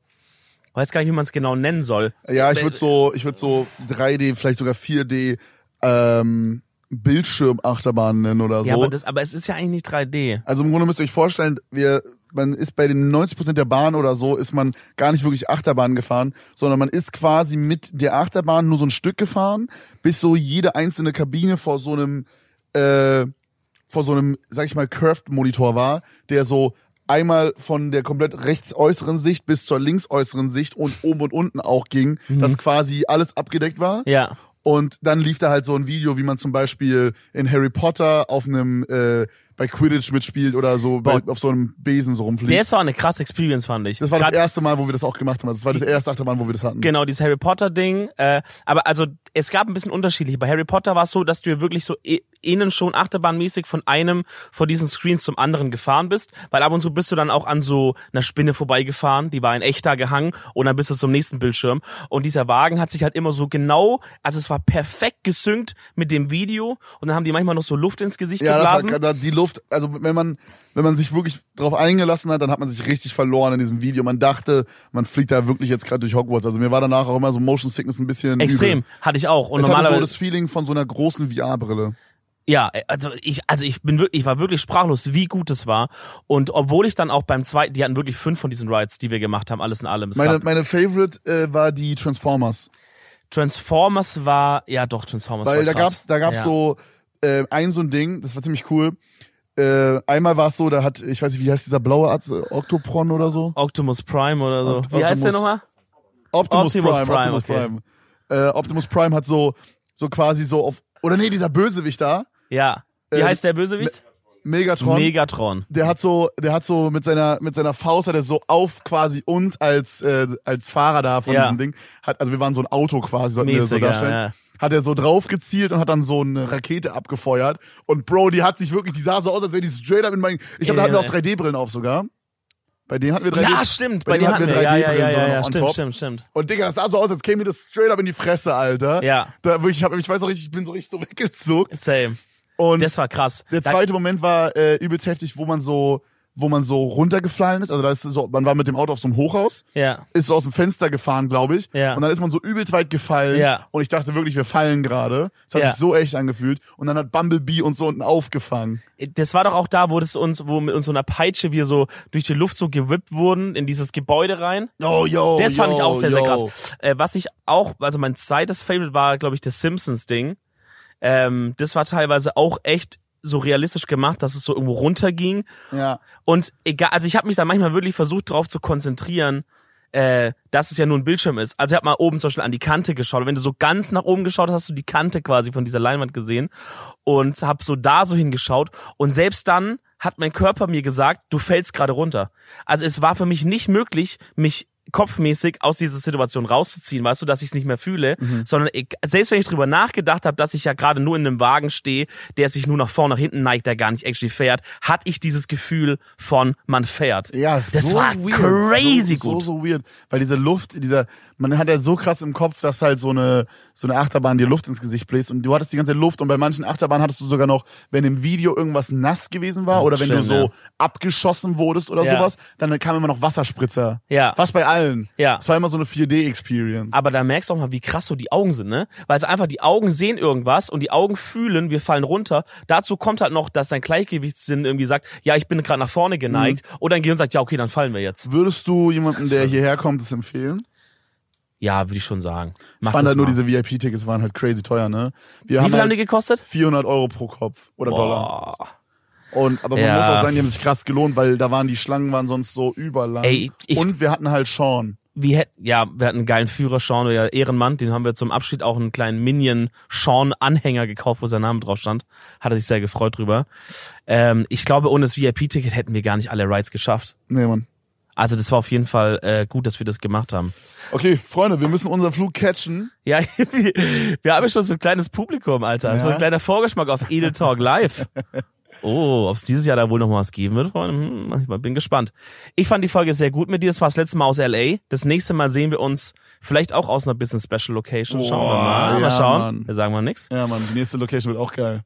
Speaker 2: weiß gar nicht, wie man es genau nennen soll.
Speaker 1: Ja, ich würde so, ich würde so 3D, vielleicht sogar 4D ähm, Bildschirmachterbahn nennen oder so.
Speaker 2: Ja, aber, das, aber es ist ja eigentlich nicht 3D.
Speaker 1: also im Grunde müsst ihr euch vorstellen, wir, man ist bei den 90% der Bahn oder so, ist man gar nicht wirklich Achterbahn gefahren, sondern man ist quasi mit der Achterbahn nur so ein Stück gefahren, bis so jede einzelne Kabine vor so einem, äh, vor so einem, sag ich mal, Curved-Monitor war, der so einmal von der komplett rechtsäußeren Sicht bis zur linksäußeren Sicht und oben und unten auch ging, dass quasi alles abgedeckt war.
Speaker 2: Ja.
Speaker 1: Und dann lief da halt so ein Video, wie man zum Beispiel in Harry Potter auf einem äh, bei Quidditch mitspielt oder so bei, auf so einem Besen so rumfliegt.
Speaker 2: Der ist auch eine krasse Experience, fand ich.
Speaker 1: das war das
Speaker 2: Grad-
Speaker 1: erste Mal, wo wir das auch gemacht haben. Also Das war das erste Achterbahn, wo wir das hatten.
Speaker 2: Genau, dieses Harry Potter-Ding. Äh, aber also, es gab ein bisschen unterschiedlich. Bei Harry Potter war es so, dass du ja wirklich so e- innen schon achterbahnmäßig von einem von diesen Screens zum anderen gefahren bist, weil ab und zu bist du dann auch an so einer Spinne vorbeigefahren, die war in echter gehangen und dann bist du zum nächsten Bildschirm und dieser Wagen hat sich halt immer so genau, also es war perfekt gesynkt mit dem Video und dann haben die manchmal noch so Luft ins Gesicht
Speaker 1: Ja, das
Speaker 2: geblasen.
Speaker 1: war, da- die Luft, also wenn man, wenn man sich wirklich drauf eingelassen hat, dann hat man sich richtig verloren in diesem Video. Man dachte, man fliegt da wirklich jetzt gerade durch Hogwarts. Also mir war danach auch immer so Motion Sickness ein bisschen
Speaker 2: Extrem,
Speaker 1: Übel.
Speaker 2: hatte ich auch. Und
Speaker 1: Es hatte so
Speaker 2: normalerweise
Speaker 1: das Feeling von so einer großen VR-Brille.
Speaker 2: Ja, also ich, also ich bin wirklich, ich war wirklich sprachlos, wie gut es war. Und obwohl ich dann auch beim zweiten, die hatten wirklich fünf von diesen Rides, die wir gemacht haben, alles in allem. Es
Speaker 1: Meine,
Speaker 2: gab
Speaker 1: meine Favorite äh, war die Transformers.
Speaker 2: Transformers war, ja doch, Transformers war
Speaker 1: Weil da
Speaker 2: krass.
Speaker 1: gab's, da gab's
Speaker 2: ja.
Speaker 1: so äh, ein so ein Ding, das war ziemlich cool. Äh, einmal war es so, da hat, ich weiß nicht, wie heißt dieser blaue Arzt, äh, Octopron oder so?
Speaker 2: Optimus Prime oder so.
Speaker 1: Opt-
Speaker 2: wie heißt der
Speaker 1: Optimus.
Speaker 2: nochmal?
Speaker 1: Optimus,
Speaker 2: Optimus
Speaker 1: Prime,
Speaker 2: Prime,
Speaker 1: Optimus
Speaker 2: okay.
Speaker 1: Prime. Äh, Optimus Prime hat so, so quasi so auf, oder nee, dieser Bösewicht da,
Speaker 2: Ja. Wie
Speaker 1: Äh,
Speaker 2: heißt der Bösewicht?
Speaker 1: Megatron.
Speaker 2: Megatron.
Speaker 1: der hat so, der hat so mit seiner mit seiner Faust hat er so auf quasi uns als äh, als Fahrer da von
Speaker 2: Ja.
Speaker 1: diesem Ding hat, also wir waren so ein Auto quasi, sollten wir so
Speaker 2: Mäßiger,
Speaker 1: darstellen.
Speaker 2: ja.
Speaker 1: Hat er so drauf gezielt und hat dann so eine Rakete abgefeuert. Und Bro, die hat sich wirklich, die sah so aus, als wäre die straight up in meinen. Ich glaube, da hatten wir auch
Speaker 2: Ja.
Speaker 1: 3D-Brillen auf sogar. Bei denen hatten wir 3D.
Speaker 2: Ja, stimmt, bei,
Speaker 1: dem
Speaker 2: dem hatten wir. Ja, ja, ja,
Speaker 1: sogar
Speaker 2: ja,
Speaker 1: noch
Speaker 2: ja
Speaker 1: on
Speaker 2: stimmt,
Speaker 1: top.
Speaker 2: stimmt, stimmt.
Speaker 1: Und Digga, das sah so aus, als käme mir das straight up in die Fresse, Alter.
Speaker 2: Ja.
Speaker 1: Da, wirklich, ich, hab, ich weiß auch richtig, ich bin so richtig so weggezuckt.
Speaker 2: Same.
Speaker 1: Und
Speaker 2: Das war krass.
Speaker 1: der
Speaker 2: Da-
Speaker 1: zweite Moment war äh, übelst heftig, wo man so, wo man so runtergefallen ist. Also da ist so, man war mit dem Auto auf so einem Hochhaus,
Speaker 2: Ja.
Speaker 1: ist so aus dem Fenster gefahren, glaube ich.
Speaker 2: Ja.
Speaker 1: Und dann ist man so übelst weit gefallen.
Speaker 2: Ja.
Speaker 1: Und ich dachte wirklich, wir fallen gerade. Das hat
Speaker 2: Ja.
Speaker 1: sich so echt angefühlt. Und dann hat Bumblebee uns so unten aufgefangen.
Speaker 2: Das war doch auch da, wo das uns, wo mit uns so einer Peitsche wir so durch die Luft so gewippt wurden in dieses Gebäude rein.
Speaker 1: Oh, yo,
Speaker 2: Das fand
Speaker 1: yo,
Speaker 2: ich auch sehr, sehr
Speaker 1: yo.
Speaker 2: krass. Äh, was ich auch, also mein zweites Favorite war, glaube ich, das Simpsons-Ding. Ähm, das war teilweise auch echt so realistisch gemacht, dass es so irgendwo runterging.
Speaker 1: Ja.
Speaker 2: Und egal, also ich habe mich da manchmal wirklich versucht, drauf zu konzentrieren, äh, dass es ja nur ein Bildschirm ist. Also ich habe mal oben zum Beispiel an die Kante geschaut. Und wenn du so ganz nach oben geschaut hast, hast du die Kante quasi von dieser Leinwand gesehen und habe so da so hingeschaut. Und selbst dann hat mein Körper mir gesagt, du fällst gerade runter. Also es war für mich nicht möglich, mich kopfmäßig aus dieser Situation rauszuziehen, weißt du, dass ich es nicht mehr fühle,
Speaker 1: Mhm.
Speaker 2: sondern ich, selbst wenn ich drüber nachgedacht habe, dass ich ja gerade nur in einem Wagen stehe, der sich nur nach vorne, nach hinten neigt, der gar nicht actually fährt, hatte ich dieses Gefühl von man fährt.
Speaker 1: Ja,
Speaker 2: das
Speaker 1: so
Speaker 2: war
Speaker 1: weird. Also,
Speaker 2: crazy
Speaker 1: so,
Speaker 2: gut.
Speaker 1: So, so weird. Weil diese Luft, dieser, man hat ja so krass im Kopf, dass halt so eine, so eine Achterbahn dir Luft ins Gesicht bläst und du hattest die ganze Luft und bei manchen Achterbahnen hattest du sogar noch, wenn im Video irgendwas nass gewesen war oder wenn du
Speaker 2: Stimmt,
Speaker 1: so
Speaker 2: ja.
Speaker 1: abgeschossen wurdest oder
Speaker 2: Ja.
Speaker 1: sowas, dann kam immer noch Wasserspritzer.
Speaker 2: Ja.
Speaker 1: Fast bei allen.
Speaker 2: Ja.
Speaker 1: Es war immer so eine 4D-Experience.
Speaker 2: Aber da merkst du auch mal, wie krass so die Augen sind, ne? Weil es einfach die Augen sehen irgendwas und die Augen fühlen, wir fallen runter. Dazu kommt halt noch, dass dein Gleichgewichtssinn irgendwie sagt, ja, ich bin gerade nach vorne geneigt.
Speaker 1: Mhm.
Speaker 2: Oder dein Gehirn sagt, ja, okay, dann fallen wir jetzt.
Speaker 1: Würdest du jemanden, der hierher kommt, das empfehlen?
Speaker 2: Ja, würde ich schon sagen. Mach
Speaker 1: Ich fand
Speaker 2: das
Speaker 1: halt nur
Speaker 2: mal.
Speaker 1: diese VIP-Tickets waren halt crazy teuer, ne? Wir
Speaker 2: wie
Speaker 1: haben
Speaker 2: viel haben die
Speaker 1: halt
Speaker 2: gekostet?
Speaker 1: 400 Euro pro Kopf oder Dollar.
Speaker 2: Boah.
Speaker 1: Und aber man
Speaker 2: Ja.
Speaker 1: muss auch sagen, die haben sich krass gelohnt, weil da waren die Schlangen waren sonst so überlang.
Speaker 2: Ey, ich-
Speaker 1: und wir hatten halt Sean.
Speaker 2: wir hätten, ja, wir hatten einen geilen Führer, Sean, der Ehrenmann, den haben wir zum Abschied auch einen kleinen Minion-Sean-Anhänger gekauft, wo sein Name drauf stand. Hat er sich sehr gefreut drüber. Ähm, ich glaube, ohne das VIP-Ticket hätten wir gar nicht alle Rides geschafft.
Speaker 1: Nee, Mann.
Speaker 2: Also das war auf jeden Fall äh, gut, dass wir das gemacht haben.
Speaker 1: Okay, Freunde, wir müssen unseren Flug catchen.
Speaker 2: Ja, wir haben ja schon so ein kleines Publikum, Alter. So
Speaker 1: Ja.
Speaker 2: ein kleiner Vorgeschmack auf Edel Talk Live. Oh, ob es dieses Jahr da wohl noch mal was geben wird, Freunde? Hm, ich bin gespannt. Ich fand die Folge sehr gut mit dir. Das war das letzte Mal aus L.A. Das nächste Mal sehen wir uns vielleicht auch aus einer Business Special Location. Schauen wir mal.
Speaker 1: Boah,
Speaker 2: mal
Speaker 1: ja,
Speaker 2: schauen.
Speaker 1: Mann.
Speaker 2: Wir sagen mal nichts.
Speaker 1: Ja, Mann, die nächste Location wird auch geil.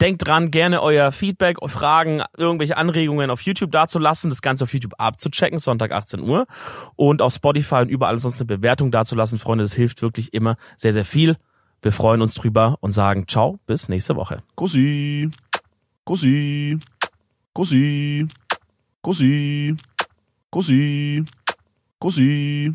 Speaker 2: Denkt dran, gerne euer Feedback, Fragen, irgendwelche Anregungen auf YouTube dazulassen, das Ganze auf YouTube abzuchecken, Sonntag 18 Uhr. Und auf Spotify und überall sonst eine Bewertung dazulassen, Freunde. Das hilft wirklich immer sehr, sehr viel. Wir freuen uns drüber und sagen ciao, bis nächste Woche.
Speaker 1: Kussi. Kussi. Kussi. Kussi. Kussi. Kussi.